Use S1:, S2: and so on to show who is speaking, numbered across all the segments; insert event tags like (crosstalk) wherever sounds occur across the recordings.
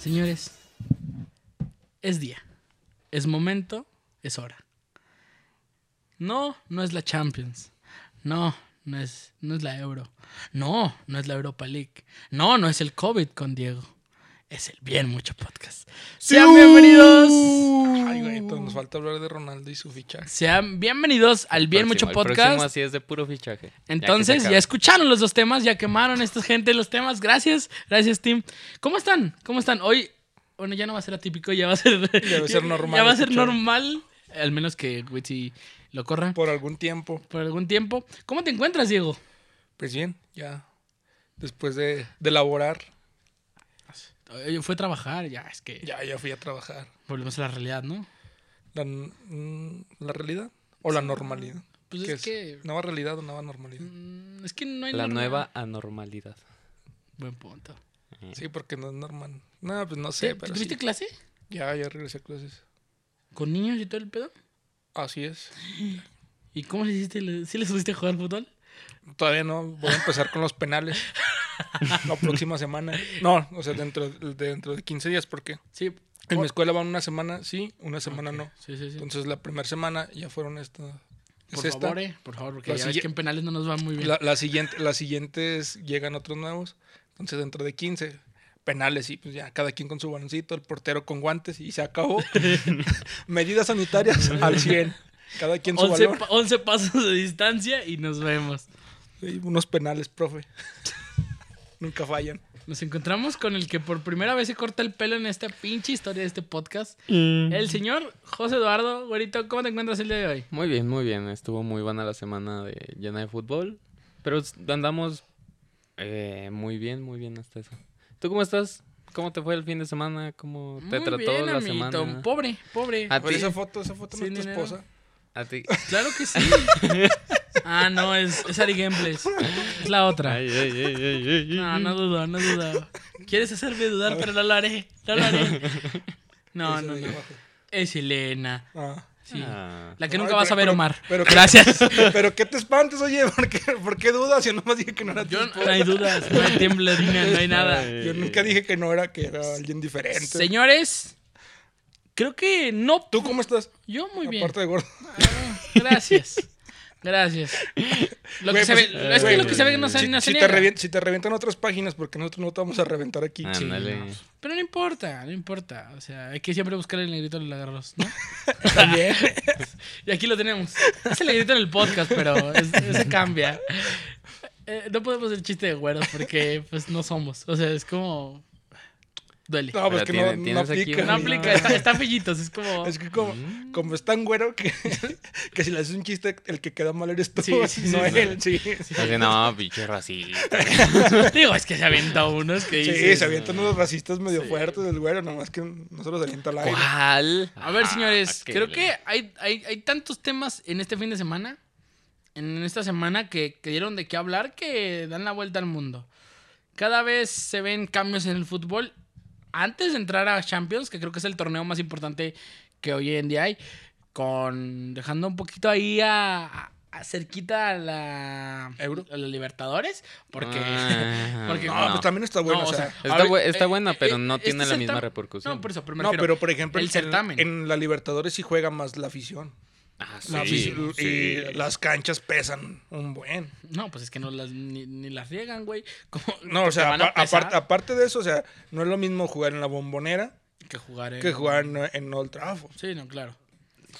S1: Señores, es día, es momento, es hora. No, no es la Champions. No, no es, no es la Euro. No, no es la Europa League. No, no es el COVID con Diego. Es el bien mucho podcast. Sean bienvenidos.
S2: Ay, güey, entonces nos falta hablar de Ronaldo y su fichaje.
S1: Sean bienvenidos al bien
S3: Próximo,
S1: mucho
S3: El próximo
S1: podcast.
S3: así es de puro fichaje. Ya que
S1: Entonces,
S3: se
S1: ya,
S3: acabe.
S1: escucharon los dos temas, ya quemaron esta gente los temas. Gracias, gracias, Tim. ¿Cómo están? ¿Cómo están? Hoy, bueno, ya no va a ser atípico, ya va a ser.
S2: (laughs) Ya va a ser
S1: (laughs)
S2: normal
S1: Ya va a ser
S2: escuchar.
S1: normal, al menos que Witty lo corra por,
S2: Por algún tiempo.
S1: algún tiempo. ¿Cómo te encuentras, Diego?
S2: Pues bien, ya. Después de, de laborar,
S1: Oye, Fue a trabajar, ya, es que
S2: ya, ya fui a trabajar.
S1: volvemos a la realidad, ¿no?
S2: La, n- mm, ¿la realidad o la normalidad.
S1: Pues
S2: ¿Qué
S1: es que-
S2: ¿Nueva realidad o nueva normalidad?
S1: Mm, Es que no hay
S3: La
S1: norma-
S3: nueva anormalidad.
S1: Buen punto.
S2: Sí, porque no es normal. No, pues no
S1: ¿Te-
S2: sé, pero
S1: ¿Tuviste
S2: sí.
S1: clase?
S2: Ya, ya regresé a clases.
S1: ¿Con niños y todo el pedo?
S2: Así es.
S1: ¿Y cómo le hiciste? ¿Le- ¿Sí les pusiste a jugar fútbol?
S2: Todavía no, voy a empezar con
S1: (laughs)
S2: los penales. La próxima semana. No, o sea, dentro, dentro de 15 días, porque
S1: Sí.
S2: en mi escuela van una semana sí, una semana no.
S1: Sí, sí, sí.
S2: Entonces la primera semana ya fueron esta. es
S1: Por
S2: esta.
S1: favor, eh, por favor, porque
S2: La
S1: ya ves
S2: siguiente-
S1: que en penales no nos va muy bien.
S2: La, la siguiente, las siguientes llegan otros nuevos. Entonces dentro de 15 penales y pues ya cada quien con su baloncito, el portero con guantes y
S1: (laughs)
S2: se acabó. Medidas sanitarias al 100. Cada quien su
S1: 11,
S2: balón.
S1: pa- 11 pasos de distancia y nos vemos.
S2: Y unos penales, profe. (laughs) Nunca fallan.
S1: Nos encontramos con el que por primera vez se corta el pelo en esta pinche historia de este podcast. El señor José Eduardo, güerito, ¿cómo te encuentras el día de hoy?
S3: Muy bien, muy bien. Estuvo muy buena la semana de llena de fútbol. Pero s- andamos eh, muy bien, muy bien hasta eso. ¿Tú cómo estás? ¿Cómo te fue el fin de semana? ¿Cómo te
S1: Muy
S3: trató
S1: bien,
S3: la
S1: amiguito.
S3: semana? ¿eh? Ah.
S1: Pobre, pobre.
S3: A
S2: A ver,
S3: ti,
S2: esa foto, esa foto no es
S1: Sin
S2: tu
S1: dinero.
S2: esposa.
S3: a ti.
S1: Claro que
S3: (laughs)
S1: sí. ah, no, es, es Ari Gameplays. Es la otra.
S3: Ay, ay, ay, ay, ay, ay.
S1: No, no dudo, no dudo. Quieres hacerme dudar, pero no lo haré. No lo
S3: (laughs)
S1: haré. No,
S2: Esa
S1: no,
S2: de
S1: no.
S2: ahí abajo.
S1: Es Elena.
S2: Ah.
S1: Sí.
S3: Ah.
S1: La que
S2: Ay,
S1: nunca
S2: pero-
S1: vas a ver,
S2: pero-
S1: Omar. (laughs)
S2: pero-
S1: Gracias.
S2: (laughs) Pero qué te espantes, oye, (laughs) ¿por qué, por qué dudas? Yo nomás dije que no era tu
S1: Yo
S2: esposa.
S1: no hay dudas, no hay temblarina, no hay nada.
S3: Ay.
S2: Este, Yo nunca dije que no era, que era alguien diferente.
S1: Señores, creo que no.
S2: ¿Tú cómo estás?
S1: Yo muy bien. Ah,
S2: Aparte de gordo.
S1: Gracias. Gracias. Lo
S2: Güey,
S1: que se
S2: pues,
S1: ve, es que
S2: güey,
S1: lo que se ve que no
S3: si-
S1: sale no
S2: si,
S1: se
S2: te
S1: niega. Ah,
S2: revien- si te revientan otras páginas, porque nosotros no te vamos a reventar aquí.
S3: Ándale.
S1: Pero no importa, no importa. O sea, hay que siempre buscar el negrito en los agarros, ¿no?
S2: (laughs) También.
S1: (laughs) Y aquí lo tenemos. Es el negrito en el podcast, pero es- ese cambia. Eh, no podemos hacer chiste de güeros porque pues no somos. O sea, es como. Duele.
S2: No, pues
S3: Pero
S2: que
S3: tiene-
S2: no, no
S3: tienes aquí
S2: aplica.
S3: una-
S1: No Mm. aplica, está, está fellitos, es como.
S2: (laughs) Es que como, como es tan güero que, (laughs) que si le haces un chiste, el que queda mal eres tú,
S1: Sí, sí, sí,
S2: no
S1: sí.
S2: él. Sí, sí,
S3: Así, no,
S1: (laughs)
S3: pinche racista.
S1: Digo, es que se avienta unos que dices,
S2: se avientan unos racistas medio fuertes del güero, nomás que no se los avienta al aire.
S3: ¿Cuál?
S1: A ver,
S3: Ah,
S1: señores,
S3: qué
S1: creo
S3: le-
S1: que hay, hay, hay tantos temas en este fin de semana, en esta semana, que, que dieron de qué hablar, que dan la vuelta al mundo. Cada vez se ven cambios en el fútbol. Antes de entrar a Champions, que creo que es el torneo más importante que hoy en día hay, con dejando un poquito ahí a, a- a cerquita a la
S2: Euro.
S1: a los Libertadores, porque
S3: Ah,
S1: (laughs) porque-
S2: No, pues también está bueno.
S1: no,
S2: o sea,
S3: Está
S1: ahorita-
S3: bu- está
S1: eh,
S3: buena, pero
S1: eh,
S3: no tiene la misma
S1: certamen-
S3: repercusión.
S1: No, por eso, pero me
S2: no,
S1: refiero-
S2: pero por ejemplo,
S1: el
S2: en-
S1: certamen.
S2: en la Libertadores sí juega más la afición.
S3: Ah,
S2: La
S3: sí, sí.
S2: afición- pues, Y las canchas pesan un buen.
S1: No, pues es que no las, ni, ni las riegan, güey. (laughs) Como-
S2: No,
S1: pues te
S2: o sea,
S1: van a
S2: apar- apar-
S1: pesar
S2: aparte de eso, o sea, no es lo mismo jugar en la bombonera
S1: que jugar en-
S2: que jugar en, en Old Trafford.
S1: Sí, no, claro.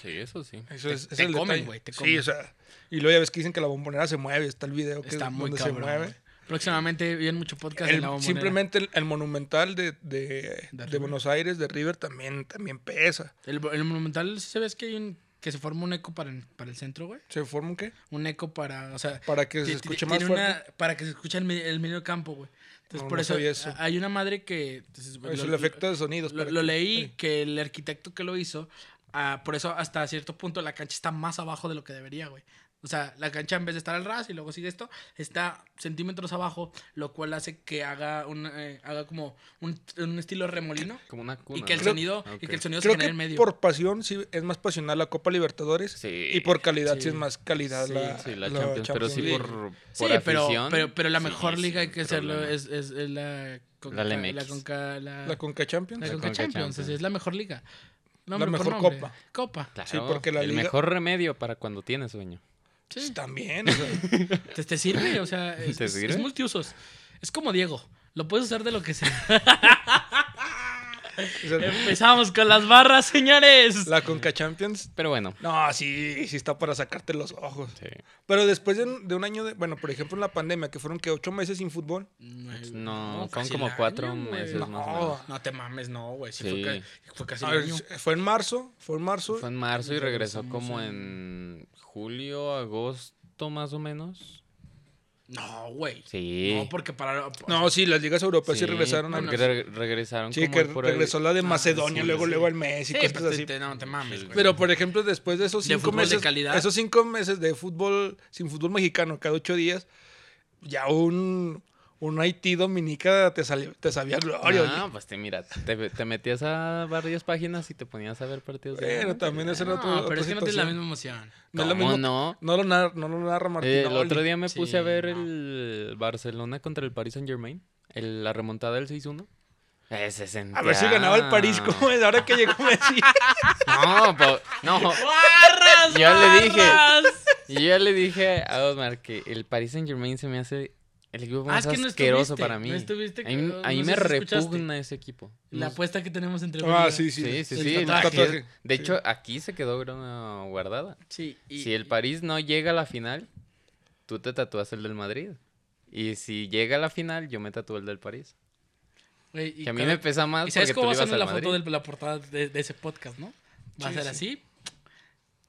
S3: Sí, eso sí.
S2: Eso es, es
S1: te
S2: el
S1: comen,
S2: detalle.
S1: güey, te
S2: Sí,
S1: comen.
S2: o sea, y luego ya ves que dicen que la bombonera se mueve, está el video que
S1: Está
S2: es
S1: muy
S2: donde
S1: cabrón.
S2: se mueve.
S1: güey. Próximamente viene mucho podcast
S2: El-
S1: en la bombonera.
S2: simplemente el, el monumental de, de, de
S1: River.
S2: Buenos Aires, de River, también, también pesa.
S1: El, el monumental, ¿sí ¿sabes que hay un- que se forma un eco para, el- para el centro, güey?
S2: ¿Se forma un qué?
S1: Un eco para, o sea...
S2: Para que se
S1: ti- ti-
S2: escuche más
S1: tiene una-
S2: fuerte.
S1: para que se escuche el, me- el medio campo, güey. Entonces,
S2: No,
S1: por
S2: no
S1: eso,
S2: sabía eso.
S1: a- hay una madre que... entonces,
S2: es
S1: lo-
S2: el
S1: lo-
S2: efecto de sonidos.
S1: Lo,
S2: Pues, para
S1: lo
S2: que-
S1: leí que el arquitecto que lo hizo, ah, por eso hasta cierto punto la cancha está más abajo de lo que debería, güey. O sea, la cancha en vez de estar al ras y luego sigue esto, está centímetros abajo, lo cual hace que haga, un, eh, haga como un, un estilo remolino
S3: Como una cuna.
S1: y que el
S3: ¿no?
S1: sonido,
S3: Ah,
S1: y
S3: ok.
S1: que el sonido se
S2: Creo
S1: genere
S2: que
S1: en medio.
S2: por pasión sí es más pasional la Copa Libertadores.
S3: Sí.
S2: Y por calidad sí,
S1: Sí.
S2: es más calidad
S1: Sí,
S2: la,
S3: Sí, la
S2: la
S3: Champions, pero sí
S2: Ah, League.
S3: por, por
S1: Sí, pero,
S3: afición,
S1: pero, pero la
S3: sí,
S1: mejor
S3: sí,
S1: liga hay
S3: sin
S1: que hacerlo
S3: problema.
S1: es, es- es la Conca-
S3: LMX.
S1: la Conca- la-
S2: La Conca Champions.
S1: la
S3: La
S1: Conca Champions,
S3: Conca Champions.
S1: así es la mejor liga. Nombre
S2: La
S1: por
S2: mejor
S1: nombre.
S2: copa.
S1: Copa.
S3: Claro,
S2: Sí, porque la
S3: el
S2: liga-
S3: mejor remedio para cuando tienes sueño.
S1: Sí.
S2: pues, También. o sea,
S1: Te, te sirve, o sea, es,
S3: (laughs) ¿Te
S1: es-
S3: sirve?
S1: es multiusos. Es como Diego, lo puedes usar de lo que sea. (laughs)
S3: (laughs)
S2: o sea,
S1: Empezamos con las barras, señores.
S2: la Conca Champions.
S3: Pero bueno.
S2: No, sí, sí está para sacarte los ojos.
S3: Sí.
S2: Pero después de, un- de un año de, bueno, por ejemplo en la pandemia, que fueron que ocho meses sin fútbol.
S1: Nueve,
S3: No, fueron
S1: casi
S3: como
S1: el
S3: cuatro
S1: año, güey.
S3: meses
S1: No,
S3: más o menos.
S1: no te mames, no, güey. Sí, Fue,
S3: Sí.
S1: ca- fue casi
S2: A
S1: el
S2: ver,
S1: año.
S2: fue en marzo, fue en marzo.
S3: Fue en marzo y
S1: Nos
S3: regresó
S1: regresamos
S3: como
S1: en-
S3: en julio, agosto más o menos.
S1: No, güey.
S3: Sí.
S1: No, porque para.
S2: No, sí, las ligas europeas
S3: pues
S2: sí,
S3: Sí,
S2: regresaron a
S3: porque re- regresaron
S2: Sí,
S3: como
S2: que
S3: por ahí. Ah,
S2: regresó la de Macedonia,
S1: sí,
S2: luego
S1: sí.
S2: luego al mes y
S1: Sí,
S2: cosas
S1: pero
S2: así.
S1: te- no te mames, güey.
S2: Pero por ejemplo, después de esos
S1: ¿De
S2: cinco
S1: fútbol de
S2: meses,
S1: calidad?
S2: esos cinco meses de fútbol sin fútbol mexicano cada ocho días, ya un, un Haití Dominica te salió, te sabía gloria. oye.
S3: Ah, pues te, mira, te, te metías a varias páginas y te ponías a ver partidos de...
S2: Bueno, también ese era
S1: No,
S2: otro.
S1: pero
S2: otra
S1: es que no tienes la
S3: pues,
S2: situación.
S1: misma emoción.
S2: No es lo
S3: ¿Cómo
S2: mismo-
S3: no?
S2: No lo narra, no lo narra Martín.
S3: Eh, el
S2: Oli.
S3: otro día me puse
S1: Sí,
S3: a ver
S1: no.
S3: el Barcelona contra el Paris Saint Germain, el- la remontada del 6-1. Eh, se
S2: A ver si
S3: sentía-
S2: ganaba el París, como es ahora que llegó
S3: (laughs)
S2: Messi.
S3: No, po- no.
S1: (laughs) ¡Barras!
S3: Yo le dije.
S1: barras!
S3: Yo ya le dije a Osmar que el Paris Saint Germain se me hace el equipo
S1: Ah,
S3: más
S1: es que no
S3: asqueroso
S1: estuviste,
S3: para mí.
S1: no estuviste,
S3: a mí,
S1: no-
S3: a mí
S1: no sé
S3: me
S1: si escuchaste.
S3: repugna ese equipo.
S1: La
S3: No-
S1: apuesta que tenemos entre
S2: ah,
S1: Bolivia.
S2: sí, sí.
S3: sí, sí,
S1: el
S3: sí. el
S1: tatuaje.
S3: tatuaje. De
S2: Sí.
S3: hecho, aquí se quedó grana guardada.
S1: Sí, y-
S3: si el París no llega a la final, tú te tatúas el del Madrid. Y si llega a la final, yo me tatúo el del París.
S1: güey, y
S3: Que a mí
S1: cada-
S3: me pesa más
S1: ¿Y sabes
S3: porque tú
S1: cómo
S3: le
S1: va a
S3: ibas
S1: ser
S3: al
S1: la foto
S3: Madrid.
S1: de la portada de, de ese podcast, no? Va a
S2: Sí,
S1: ser
S2: sí.
S1: así.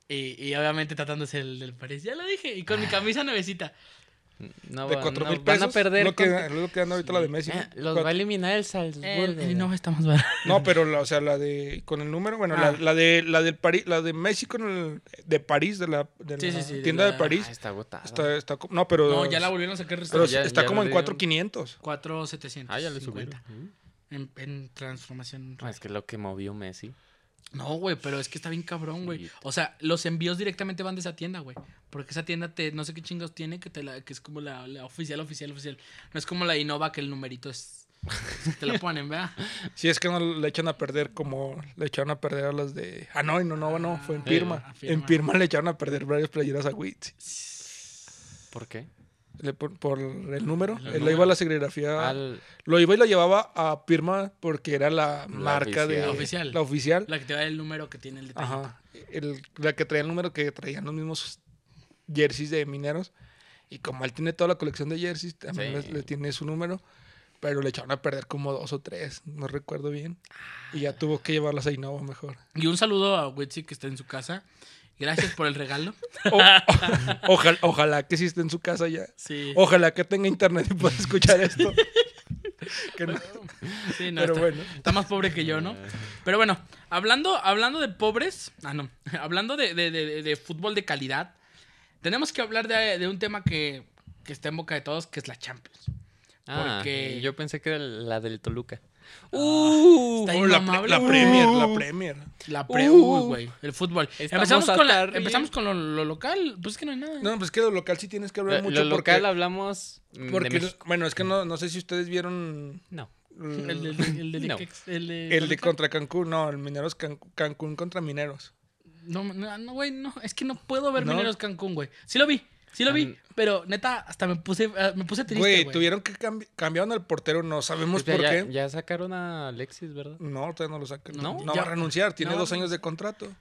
S1: Y, y obviamente tratándose el del París. Ya lo dije. Y
S3: Ah.
S1: con mi camisa nuevecita.
S3: No,
S2: De
S3: va-
S2: 4
S3: no,
S2: mil
S3: van
S2: pesos.
S3: a perder.
S2: Lo que,
S3: contra-
S2: lo que anda ahorita la de Messi.
S3: Eh,
S2: ¿no?
S3: los
S2: Cuatro-
S3: va a eliminar el
S1: El,
S3: Salzburgo.
S1: el no está más barato.
S2: No, pero la, o sea, la de con el número, bueno,
S1: Ah.
S2: la, la de la del París, la de Messi con el de París de la, de
S1: Sí,
S2: la
S1: sí, sí, de
S2: tienda de,
S1: la-
S2: París
S3: Ah, está agotado.
S2: está, está co- no, pero
S1: No, ya la volvieron a sacar
S2: pero
S1: restaurante.
S3: Pues, ya-
S2: está
S3: ya
S2: como
S3: lo
S2: en
S3: dieron.
S2: 4500.
S3: Ah, ya le subieron.
S1: 4,750.
S3: Mm.
S1: En, en transformación.
S3: Ah, es que lo que movió Messi.
S1: No, güey, pero es que está bien cabrón, güey.
S3: Shit.
S1: O sea, los envíos directamente van de esa tienda, güey. Porque esa tienda te, no sé qué chingos tiene, que te la, que es como la, la oficial, oficial, oficial. No es como la Innova, que el numerito es. es que te la ponen,
S3: (laughs)
S1: ¿verdad?
S2: Si es que no le echan a perder como le echaron a perder a las de Ah, no, no, no, no, fue en
S1: Ah,
S2: Pirma.
S1: eh, Pirma.
S2: En Pirma le echaron a perder varias playeras a Witz.
S3: ¿Por qué?
S2: Le por, por el número,
S1: El
S2: él
S1: número.
S2: iba a la segregaría,
S3: Al-
S2: lo iba y lo llevaba a Pirma porque era la, marca
S3: oficial.
S2: de
S1: La oficial.
S2: La oficial.
S1: La que te da el número que tiene el detalle.
S2: Ajá. El, la que traía el número que traían los mismos jerseys de mineros. Y como él tiene toda la colección de jerseys, también
S3: Sí.
S2: le, le tiene su número. Pero le echaron a perder como dos o tres, no recuerdo bien. Y ya tuvo que llevarlas a Innova mejor.
S1: Y un saludo a Witsi que está en su casa. Gracias por el regalo.
S2: O- o- ojalá, ojalá que sí esté en su casa ya.
S1: (laughs) Sí.
S2: Ojalá que tenga internet y pueda escuchar esto. Que no-
S1: Sí, no,
S2: pero
S1: está,
S2: bueno.
S1: está más pobre que yo, ¿no? (laughs) Pero bueno, hablando, hablando de pobres, ah, no, (laughs) hablando de, de- de- de- de fútbol de calidad, tenemos que hablar de, de un tema que, que está en boca de todos, que es la Champions.
S3: Ah,
S1: Porque-
S3: yo pensé que era la del Toluca.
S1: Uh, Está
S2: Oh, la, pre-
S1: inmamable. Uh,
S2: la Premier, la Premier.
S1: La pre,
S3: Uh.
S1: uy, güey, el fútbol.
S3: Estamos
S1: Empezamos con, la-
S3: hasta
S1: empezamos con lo, lo local, pues es que no hay nada.
S2: No, pues que lo local sí tienes que hablar
S3: Lo,
S2: mucho
S3: lo
S2: porque...
S3: local hablamos mm, de
S2: porque
S3: México.
S2: bueno, es que no, no sé si ustedes vieron
S3: No.
S1: El, de- el, de- el de-
S3: No.
S1: el de-
S2: Mm, El de contra Cancún, no, el Mineros Can- Cancún contra Mineros.
S1: No, no, no, güey, no, es que no puedo ver
S2: ¿No?
S1: Mineros Cancún, güey. Sí lo vi, sí lo vi,
S3: Am-
S1: pero neta, hasta me puse, ah, me puse triste,
S2: Güey,
S1: güey.
S2: tuvieron que cambiar, cambiaron al portero, no sabemos
S3: Espera,
S2: por
S3: Pues Este, ya,
S2: qué.
S3: ya sacaron a Alexis, ¿verdad?
S2: No, todavía no lo sacan.
S1: No,
S2: No,
S1: ya-
S2: va a renunciar, tiene
S1: no.
S2: dos años de contrato.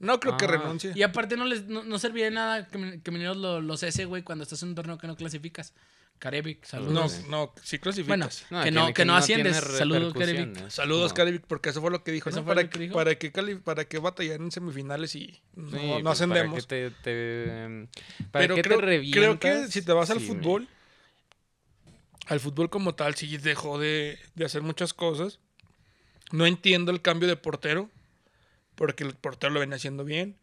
S2: No creo que
S3: Ah.
S2: renuncie.
S1: Y aparte no les no, no serviría de nada que, min- que Mineros lo, lo cese, güey, cuando estás en un torneo que no clasificas. Carevic, saludos.
S2: No,
S3: Sí.
S2: no, sí
S1: bueno,
S2: clasificas.
S1: que, no,
S3: tiene-
S1: que, no
S3: tiene
S1: asciendes. Saludos,
S3: repercusiones.
S1: Carevic.
S2: Saludos,
S3: No.
S2: Caribic, porque eso fue lo que dijo,
S1: ¿Eso
S2: ¿no?
S1: fue
S2: Para
S1: lo que
S2: que,
S1: dijo?
S2: para que cali- para que batallan en semifinales y no,
S3: Sí,
S2: no
S3: pues,
S2: ascendemos.
S3: ¿Para qué te, te- para
S2: Pero
S3: qué te
S2: creo, creo que
S3: revientas?
S2: si te vas al
S3: Sí,
S2: fútbol, al fútbol como tal, sí dejó de, de hacer muchas cosas. No entiendo el cambio de portero, porque el portero lo venía haciendo bien.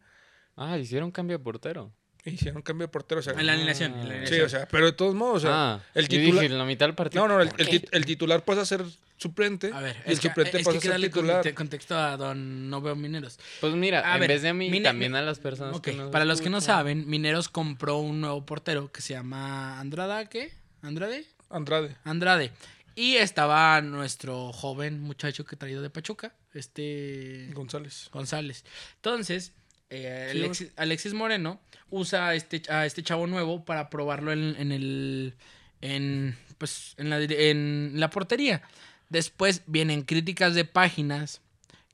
S3: me- Ah, hicieron cambio de portero.
S2: Hicieron cambio de portero. O sea,
S1: En la alineación. en la
S3: Sí,
S2: sí,
S1: alineación.
S2: o sea, pero de todos modos, o sea,
S3: ah,
S2: el
S3: yo
S2: titular.
S3: dije, la mitad del partido.
S2: no, no, el,
S3: ¿por
S2: el
S3: qué?
S2: tit- el titular pasa a ser suplente.
S1: A ver,
S2: y el
S1: es que,
S2: suplente
S1: es que
S2: pasa
S1: hay
S2: a
S1: que
S2: ser
S1: darle
S2: titular.
S1: conte- contexto a don No Veo Mineros.
S3: Pues mira,
S1: A
S3: en
S1: ver,
S3: vez de a mí,
S1: mine-
S3: también a las personas
S1: Ok,
S3: que nos
S1: Para los que no
S3: escuchan.
S1: saben, Mineros compró un nuevo portero que se llama Andrada, ¿qué? ¿Andrade?
S2: Andrade.
S1: Andrade. Y estaba nuestro joven muchacho que traído de Pachuca, este
S2: González.
S1: González. Entonces, eh,
S2: Sí,
S1: Alexis, Alexis Moreno usa a este, a este chavo nuevo para probarlo en, en el. En, pues, en la, dire- en la portería. Después vienen críticas de páginas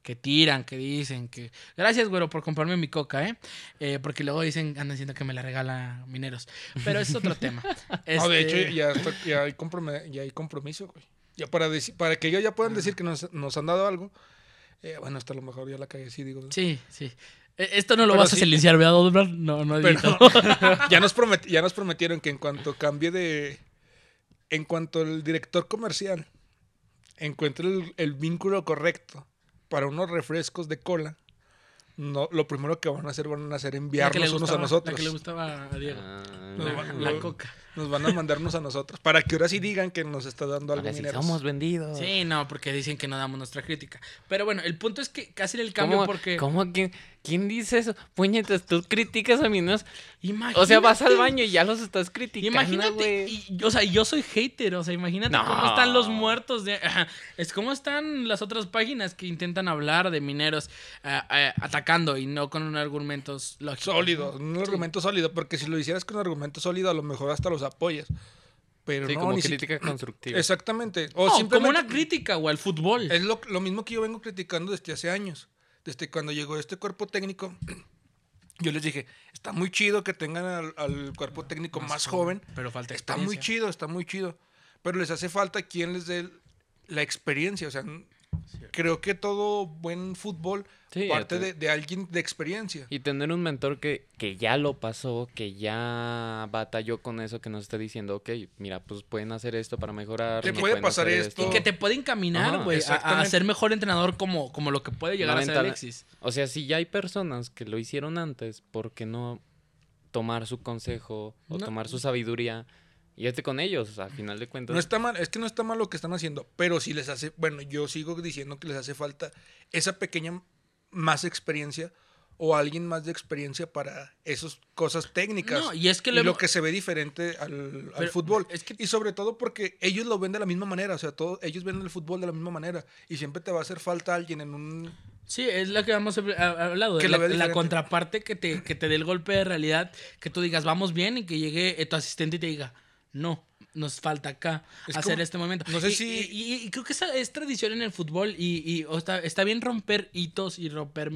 S1: que tiran, que dicen que. Gracias, güero, por comprarme mi coca, ¿eh? Eh, porque luego dicen, andan diciendo que me la regala mineros. Pero es
S2: (laughs)
S1: otro tema.
S2: No, de
S1: Este,
S2: hecho, ya, está- ya hay, comprome- ya hay compromiso, güey. Ya para, deci- para que ellos ya puedan decir que nos, nos han dado algo. eh, bueno, hasta a lo mejor ya la cagué, sí, digo.
S1: Sí, sí. E- Esto no lo
S2: Pero
S1: vas a
S2: sí.
S1: silenciar, ¿verdad, Osvaldo? No, no,
S2: Pero
S1: edito.
S2: (laughs) ya, nos promet- ya nos prometieron que en cuanto cambie de. En cuanto el director comercial encuentre el, el vínculo correcto para unos refrescos de cola, no, lo primero que van a hacer van a hacer
S1: La que le
S2: enviarnos unos a
S1: gustaba-
S2: nosotros.
S1: La que le gustaba a Diego.
S3: Ah,
S2: No,
S1: La,
S2: va-
S1: la
S2: lo-
S1: coca.
S2: Nos van a mandarnos a nosotros. Para que ahora sí digan que nos está dando algo
S3: ahora sí
S2: mineros.
S3: somos vendidos.
S1: Sí, no, porque dicen que no damos nuestra crítica. Pero bueno, el punto es que casi el cambio
S3: ¿Cómo-
S1: porque.
S3: ¿Cómo que quién dice eso? Puñetas, tú criticas a mineros.
S1: Imagínate,
S3: O sea, vas al baño y ya los estás criticando.
S1: Imagínate,
S3: güey.
S1: y- o sea, yo soy hater, o sea, imagínate
S3: No.
S1: cómo están los muertos de es cómo están las otras páginas que intentan hablar de mineros ah, ah, atacando y no con argumentos lógicos.
S2: Sólido, un argumento sólido, porque si lo hicieras con un argumento sólido, a lo mejor hasta los apoyas. Pero
S3: Sí,
S2: no,
S3: como
S2: ni
S3: crítica
S2: siquiera-
S3: constructiva.
S2: Exactamente.
S1: No,
S2: O
S1: como
S2: simplemente
S1: una crítica o al fútbol.
S2: es lo, lo mismo que yo vengo criticando desde hace años. Desde cuando llegó este cuerpo técnico, (clears throat) yo les dije, está muy chido que tengan al, al cuerpo técnico más, joven.
S1: pero falta
S2: Está muy
S1: experiencia.
S2: chido, está muy chido. Pero les hace falta quien les dé la experiencia. O sea, n- creo que todo buen fútbol
S3: Sí,
S2: parte
S3: te-
S2: de, de alguien de experiencia.
S3: Y tener un mentor que, que ya lo pasó, que ya batalló con eso, que nos esté diciendo, ok, mira, pues pueden hacer esto para mejorar.
S2: Te
S3: no
S2: puede
S3: pueden
S2: pasar
S3: hacer
S2: esto.
S1: Y que te puede encaminar,
S3: Ajá,
S1: güey, a- a,
S2: exactamente.
S1: ser mejor entrenador como, como lo que puede llegar a ser
S3: Lamentable-
S1: Alexis.
S3: O sea, si ya hay personas que lo hicieron antes, ¿por qué no tomar su consejo
S1: No.
S3: o tomar su sabiduría y irte con ellos? Al final de cuentas.
S2: No está mal, es que no está mal lo que están haciendo, pero si les hace, bueno, yo sigo diciendo que les hace falta esa pequeña más experiencia o alguien más de experiencia para esas cosas técnicas.
S1: No, y es que
S2: Y
S1: lo
S2: lo,
S1: hemos-
S2: que se ve diferente al, al
S1: Pero,
S2: fútbol.
S1: es que-
S2: Y sobre todo porque ellos lo ven de la misma manera, o sea, todo, ellos ven el fútbol de la misma manera y siempre te va a hacer falta alguien en un...
S1: Sí, es la que hemos hab- ha- hablado,
S2: Que
S1: la,
S2: lo vea
S1: la
S2: diferente.
S1: contraparte que te, que te dé el golpe de realidad, que tú digas, vamos bien, y que llegue eh, tu asistente y te diga, no, nos falta acá
S2: Es
S1: hacer
S2: como-
S1: este momento.
S2: no sé
S1: Y-
S2: si-
S1: Y, y- y creo que esa es tradición en el fútbol y, y, o está, está bien romper hitos y romper,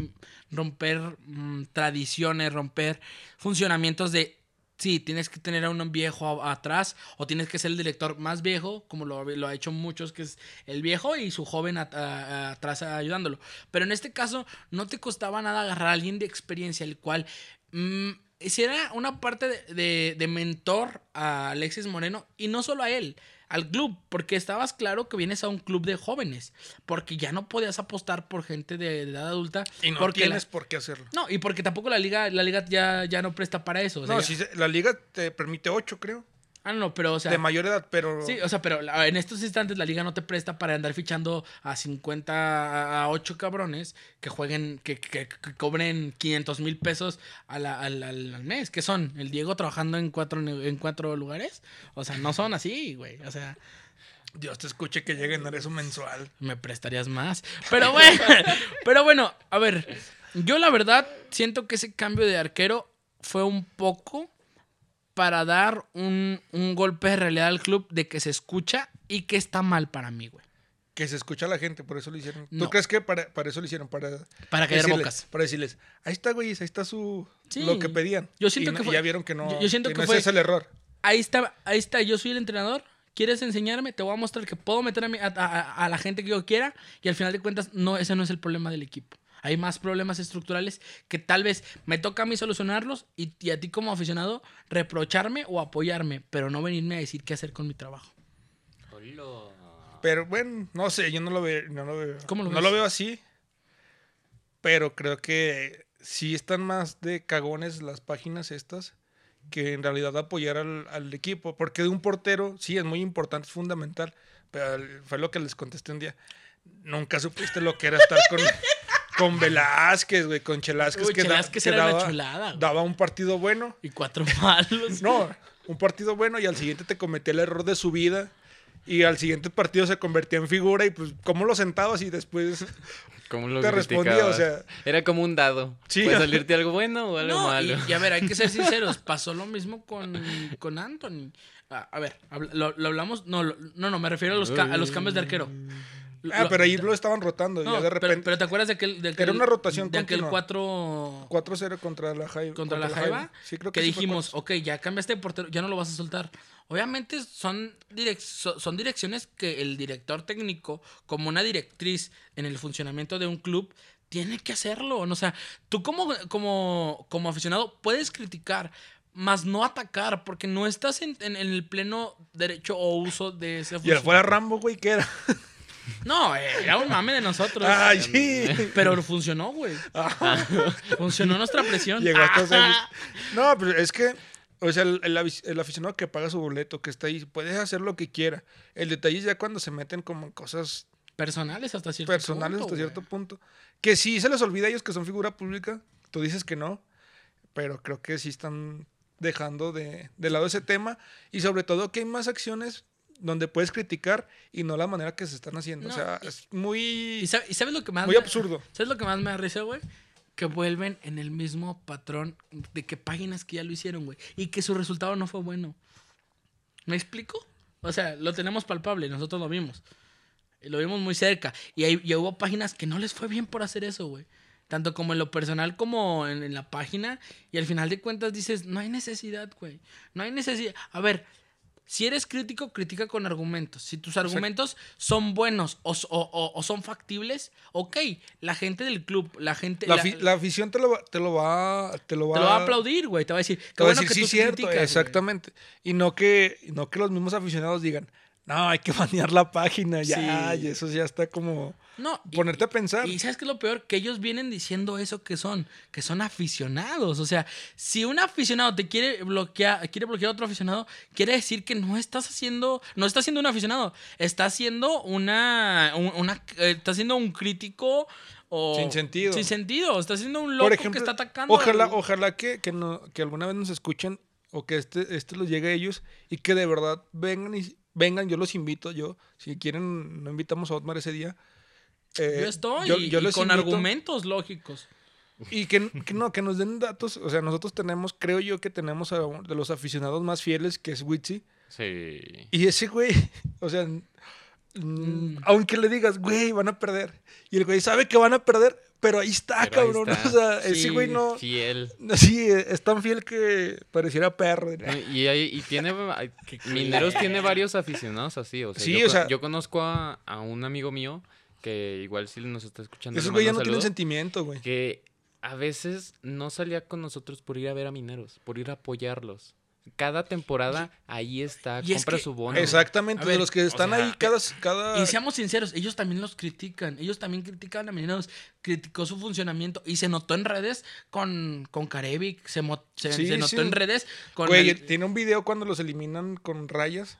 S1: romper mm, tradiciones, romper funcionamientos de... Sí, tienes que tener a un viejo a- atrás o tienes que ser el director más viejo, como lo, lo ha hecho muchos, que es el viejo y su joven at- a- a- atrás ayudándolo. Pero en este caso no te costaba nada agarrar a alguien de experiencia, el cual mm, hiciera una parte de, de- de mentor a Alexis Moreno y no solo a él, al club, porque estabas claro que vienes a un club de jóvenes, porque ya no podías apostar por gente de, de edad adulta.
S2: Y no
S1: porque la-
S2: tienes por qué hacerlo.
S1: no, y porque tampoco la liga, la liga ya, ya no presta para eso. o sea,
S2: no,
S1: Pues ya-
S2: si se- la liga te permite ocho, creo,
S1: Ah, no, pero o sea...
S2: de mayor edad, pero...
S1: Sí, o sea, pero la- en estos instantes la liga no te presta para andar fichando a 50, a 8 cabrones que jueguen, que, que- que cobren 500 mil pesos a la- al, al- al mes. ¿Qué son? ¿El Diego trabajando en cuatro, ne- en cuatro lugares? O sea, no son así, güey. O sea,
S2: Dios te escuche que llegue a ganar eso mensual.
S1: me prestarías más. Pero bueno, (laughs) pero bueno, a ver, yo la verdad siento que ese cambio de arquero fue un poco para dar un, un golpe de realidad al club de que se escucha y que está mal para mí, güey.
S2: Que se escucha a la gente, por eso lo hicieron.
S1: No.
S2: ¿Tú crees que para, para eso lo hicieron? Para,
S1: Para callar
S2: decirle-
S1: bocas.
S2: Para decirles, ahí está, güey, ahí está su
S1: Sí.
S2: lo que pedían.
S1: Yo siento
S2: Y no-
S1: que
S2: y
S1: fue-
S2: ya vieron que no.
S1: yo- yo siento que
S2: no ese
S1: fue-
S2: es el error.
S1: Ahí está, ahí está, yo soy el entrenador. ¿Quieres enseñarme? Te voy a mostrar que puedo meter a, mi- a- a- a la gente que yo quiera. Y al final de cuentas, no, ese no es el problema del equipo. Hay más problemas estructurales que tal vez me toca a mí solucionarlos y, y a ti como aficionado reprocharme o apoyarme, pero no venirme a decir qué hacer con mi trabajo.
S2: Pero bueno, no sé, yo no lo veo, no lo veo.
S1: ¿Cómo lo
S2: no
S1: ves?
S2: lo veo así. Pero creo que sí están más de cagones las páginas estas que en realidad apoyar al, al equipo, porque de un portero sí es muy importante, es fundamental, pero el- fue lo que les contesté un día. Nunca supiste lo que era estar
S1: (laughs)
S2: con, con Velázquez, güey, con Chelázquez,
S1: Uy,
S2: que, da-
S1: Chelázquez
S2: que
S1: era una
S2: daba-
S1: chulada, güey.
S2: daba un partido bueno
S1: Y cuatro (laughs) malos.
S2: no, un partido bueno y al siguiente te cometía el error de su vida. Y al siguiente partido se convertía en figura y pues cómo lo sentabas
S1: (laughs)
S2: y después...
S3: ¿Cómo lo
S2: Te respondía,
S3: criticabas?
S2: o sea-
S3: Era como un dado.
S2: Sí.
S3: Puede salirte algo bueno o algo
S1: No,
S3: malo.
S1: Y, y a ver, hay que (laughs) ser sinceros. Pasó lo mismo con, con Anthony. A, a ver, habla- lo, lo hablamos. No, lo- no, no, me refiero a los, ca- a los cambios de arquero. Lo-
S2: Ah,
S1: lo-
S2: pero ahí lo estaban rotando. y
S1: no,
S2: ya de
S1: pero-
S2: repente...
S1: pero, ¿te acuerdas de aquel. de aquel-
S2: Era una rotación
S1: De aquel
S2: continua.
S1: 4.
S2: 4-0 contra la Jaiba.
S1: Contra, la
S2: Jaiba.
S1: Jaiba.
S2: Sí, creo
S1: que,
S2: que, sí fue
S1: dijimos, ok, ya cambiaste de portero, ya no lo vas a soltar. Obviamente son, direc- so- son direcciones que el director técnico, como una directriz en el funcionamiento de un club, tiene que hacerlo. O sea, tú como, como, como aficionado puedes criticar, mas no atacar, porque no estás en, en- en el pleno derecho o uso de ese
S2: Y el
S1: funcionamiento.
S2: fuera Rambo, güey, ¿qué
S1: (laughs)
S2: era? (laughs)
S1: No, eh, era un mame de nosotros.
S2: ¡Ay, sí! Ah.
S1: Pero funcionó, güey. Funcionó nuestra presión.
S2: Llegó hasta
S1: Ah.
S2: ser- No, pero es que, o sea, el, el avis- el aficionado que paga su boleto, que está ahí, puede hacer lo que quiera. El detalle es ya cuando se meten como en cosas
S1: Personales hasta cierto
S2: personales
S1: punto,
S2: hasta cierto
S1: güey.
S2: punto. Que sí se les olvida a ellos que son figura pública, tú dices que no, pero creo que sí están dejando de, de lado ese tema y sobre todo que hay más acciones donde puedes criticar y no la manera que se están haciendo.
S1: No,
S2: o sea,
S1: y-
S2: es muy...
S1: ¿Y sabe- y sabes lo que más
S2: Muy
S1: me-
S2: absurdo.
S1: ¿Sabes lo que más me da risa, güey? Que vuelven en el mismo patrón de que páginas que ya lo hicieron, güey. Y que su resultado no fue bueno. ¿Me explico? O sea, lo tenemos palpable, nosotros lo vimos. Y Eh, Lo vimos muy cerca. Y, hay, y hubo páginas que no les fue bien por hacer eso, güey. Tanto como en lo personal como en, en la página. Y al final de cuentas dices, no hay necesidad, güey. No hay necesidad. A ver, si eres crítico, critica con argumentos. Si tus argumentos son buenos o, s- o- o- o son factibles, ok. La gente del club, la gente...
S2: la,
S1: la-
S2: afi- la afición te lo, va- te lo va te lo va,
S1: te lo va a aplaudir, güey. Te va a decir,
S2: te
S1: qué
S2: va a
S1: bueno
S2: decir,
S1: que tú
S2: sí, cierto,
S1: criticas, güey".
S2: exactamente. Y no que y no que los mismos aficionados digan, "No, hay que (laughs) banear la página ya."
S1: Sí.
S2: Y eso ya está como
S1: No, y-
S2: ponerte a pensar.
S1: Y sabes que lo peor, que ellos vienen diciendo eso que son, que son aficionados. O sea, si un aficionado te quiere bloquear, quiere bloquear a otro aficionado, quiere decir que no estás haciendo, no estás siendo un aficionado, estás siendo una, un- una eh, estás siendo un crítico o
S2: Sin sentido.
S1: sin sentido, estás siendo un loco que está atacando.
S2: Ojalá,
S1: al-
S2: ojalá que, que, no- que alguna vez nos escuchen o que este, este los llegue a ellos y que de verdad vengan y vengan, yo los invito, yo, si quieren, no invitamos a Otmar ese día. Eh,
S1: yo estoy y- y
S2: los
S1: con
S2: invito
S1: argumentos lógicos.
S2: Y que, que no, que nos den datos. O sea, nosotros tenemos, creo yo que tenemos a un- de los aficionados más fieles, que es Witsi.
S3: Sí.
S2: Y ese güey, (laughs) o sea, mm,
S1: Mm.
S2: aunque le digas, güey, van a perder. Y el güey sabe que van a perder, pero ahí está,
S3: Pero ahí
S2: Ah, cabrón.
S3: está.
S2: O sea, ese
S1: Sí,
S2: güey no.
S3: Fiel.
S2: (laughs) Sí, es tan fiel que pareciera perro.
S3: No, Y, hay- y tiene. hay- (laughs) Mineros tiene varios aficionados así. O sea,
S2: Sí,
S3: yo,
S2: o
S3: co-
S2: sea-
S3: yo conozco a, a un amigo mío que igual si nos está escuchando.
S2: Esos
S3: le
S2: güey ya no
S3: mando un
S2: tienen
S3: saludo,
S2: sentimiento, güey.
S3: Que a veces no salía con nosotros por ir a ver a mineros, por ir a apoyarlos. Cada temporada ahí está,
S1: Y es
S3: compra
S1: que-
S3: su bono.
S2: Exactamente,
S1: A
S2: de
S1: ver,
S2: los que
S1: o
S2: están
S1: sea,
S2: ahí cada...
S3: eh,
S2: cada...
S1: Y seamos sinceros, ellos también los critican. Ellos también critican a Mineros. Criticó su funcionamiento. Y se notó en redes con, con Karevic. Se, mo- se,
S2: Sí,
S1: se notó
S2: sí.
S1: en redes con.
S2: Güey,
S1: el-
S2: tiene un video cuando los eliminan con rayas.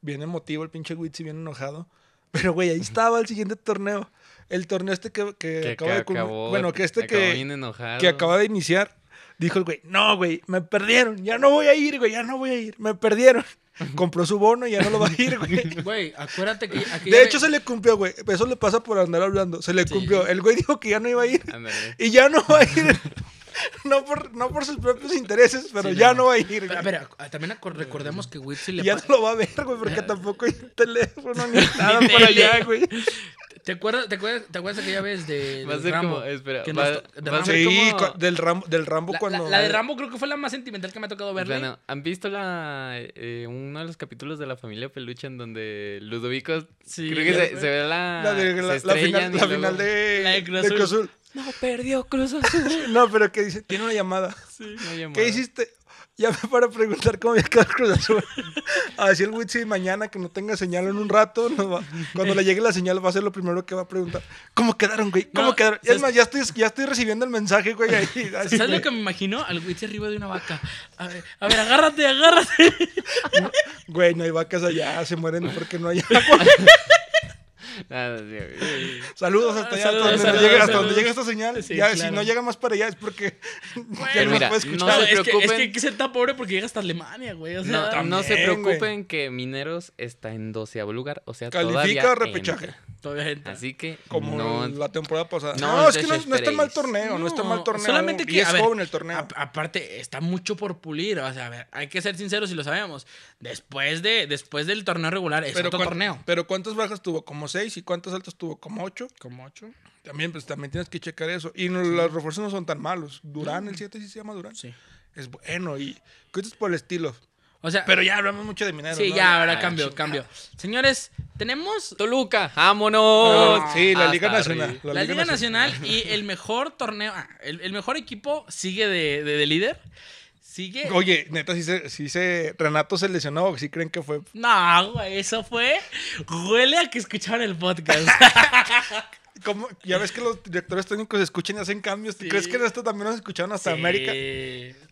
S2: Bien emotivo el pinche Witsi, bien enojado. Pero, güey, ahí estaba el siguiente torneo. El torneo este que, que
S3: Que
S2: acaba de...
S3: acabó-
S2: culmi- bueno, que este
S3: acabó
S2: que...
S3: bien enojado.
S2: que acaba de iniciar, dijo el güey, no, güey, me perdieron, ya no voy a ir, güey, ya no voy a ir, me perdieron. Compró su bono y ya no lo va a
S3: (laughs)
S2: ir, güey.
S1: Güey, acuérdate
S2: (laughs)
S1: que. aquí ya
S2: De
S1: ve-
S2: hecho, se le cumplió, güey. Eso le pasa por andar hablando. Se le
S1: Sí.
S2: cumplió. El güey dijo que ya no iba a ir (laughs)
S3: Ándale.
S2: y ya no va a ir. (laughs) No por, no por sus propios intereses, pero
S1: Sí,
S2: ya
S1: no.
S2: no. va a ir.
S1: Pero,
S2: güey.
S1: a ver, a- ah, también acu- recordemos que Witsi
S2: Y
S1: le.
S2: ya
S1: pa-
S2: no lo va a ver, güey, porque tampoco hay teléfono
S1: (laughs)
S2: ni nada
S1: Ni
S2: para
S1: tele.
S2: allá, güey.
S1: ¿Te acuerdas, te, acuerdas, ¿Te acuerdas aquella vez de.
S3: Va a
S1: del
S3: ser
S1: Rambo?
S3: como- espera,
S1: Que
S3: va-
S1: nos to- de
S3: va a
S1: Rambo.
S3: ser-
S2: Sí,
S3: como-
S2: cu- del Rambo, del eh,
S1: La,
S2: Rambo
S1: la-
S2: cuando.
S1: la de Rambo creo que fue la más sentimental que me ha tocado verle.
S3: Bueno, ¿han visto la eh, uno de los capítulos de la familia Peluche en donde Ludovico
S1: Sí,
S3: creo que
S1: ya
S3: se,
S1: sé.
S3: se ve la,
S2: la de-
S3: se
S2: la- la
S3: estrellan
S2: final,
S3: y
S2: la
S3: luego-
S2: final de,
S1: La de Cruz
S2: de Cruz
S1: Azul.
S2: Azul.
S3: No perdió Cruz Azul.
S2: (laughs) No, pero que dice, tiene una llamada.
S3: Sí, no llamó.
S2: ¿Qué hiciste? Ya me para preguntar cómo voy a quedar Cruz Azul. (laughs) Así el Witsi mañana que no tenga señal en un rato, nos va- cuando le llegue la señal va a ser lo primero que va a preguntar. ¿Cómo quedaron, güey? ¿Cómo
S1: No,
S2: quedaron? Y
S1: ¿sabes?
S2: es más, ya estoy, ya estoy recibiendo el mensaje,
S1: (laughs)
S2: güey. Ahí, así,
S1: ¿Sabes lo que me imagino? Al Witsi arriba de una vaca. A ver, a ver, agárrate, agárrate.
S2: Güey, no hay vacas allá, se mueren porque no hay
S3: Ah, sí,
S2: Saludos hasta
S1: (laughs) Saludos,
S2: allá, hasta, donde,
S1: saludos,
S2: llegue, hasta
S1: saludos.
S2: donde llegue esta señal.
S1: Sí,
S2: ya,
S1: claro.
S2: Si no llega más para allá es porque (laughs) ya
S1: Pero
S2: no
S3: mira,
S2: nos puede
S3: no
S2: escuchar.
S3: se
S1: es, que, es que
S3: preocupen.
S1: hay que ser tan pobre porque llega hasta Alemania, güey. O sea,
S3: No, no se
S2: también, güey.
S3: preocupen que Mineros está en doceavo lugar, o sea,
S2: Califica
S3: todavía
S2: a repechaje.
S3: entra.
S1: todavía gente.
S3: Así que
S2: Como
S3: no,
S2: la temporada pasada.
S3: no
S2: No,
S3: os
S2: es que no, no está mal
S3: desesperéis.
S2: torneo, no, está mal torneo.
S1: Solamente que.
S2: y es
S1: a ver,
S2: joven el torneo.
S1: a- aparte, está mucho por pulir. O sea, a ver, hay que ser sinceros y lo sabemos. Después, de, después del torneo regular, es otro
S2: cuán-
S1: torneo.
S2: pero ¿cuántas bajas tuvo? Como seis y cuántas altas tuvo? Como ocho.
S1: Como ocho.
S2: También, pues también tienes que checar eso. Y no- los refuerzos no son tan malos. Durán, el 7 sí se llama Durán.
S1: Sí.
S2: Es bueno y cosas por el estilo.
S1: O sea,
S2: Pero ya hablamos mucho de Mineros.
S1: sí,
S2: ¿no?
S1: ya,
S3: Ah,
S1: ahora cambio,
S3: chingada.
S1: cambio. Señores, tenemos
S3: Toluca, vámonos.
S2: No, sí, la Liga
S3: Hasta
S2: Nacional.
S3: arriba.
S1: Ah, La, Liga, Nacional, y el mejor torneo, ah, el, el mejor equipo sigue de, de- de líder. Sigue.
S2: Oye, neta, sí se, sí se. Renato se lesionó, o sí creen que fue.
S1: No, güey, eso fue. Huele a que escucharon el podcast.
S2: ¿Cómo? Ya ves que los directores técnicos escuchan y hacen cambios.
S1: Sí.
S2: ¿Crees que en esto también nos escucharon (laughs) hasta
S1: Sí.
S2: América?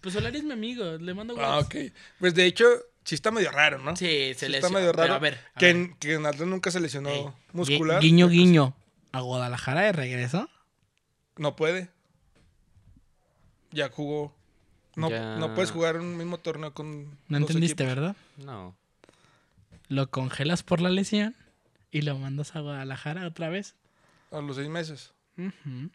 S1: Pues Solari es mi amigo, le mando
S2: Ah,
S1: WhatsApp.
S2: ok. Pues de hecho, sí está medio raro, ¿no?
S1: Sí,
S2: Sí
S1: se le
S2: está medio raro.
S1: a ver, a
S2: que,
S1: ver.
S2: En, que en Atlas nunca se lesionó
S1: Ey,
S2: muscular. pues
S1: gui- Guiño, guiño. ¿A Guadalajara de regreso?
S2: No puede. Ya jugó. No,
S3: Ya.
S2: no puedes jugar un mismo torneo con.
S1: No
S2: dos
S1: entendiste,
S2: equipos.
S1: ¿verdad?
S3: No.
S1: Lo congelas por la lesión y lo mandas a Guadalajara otra vez.
S2: A los seis meses.
S1: Ujú.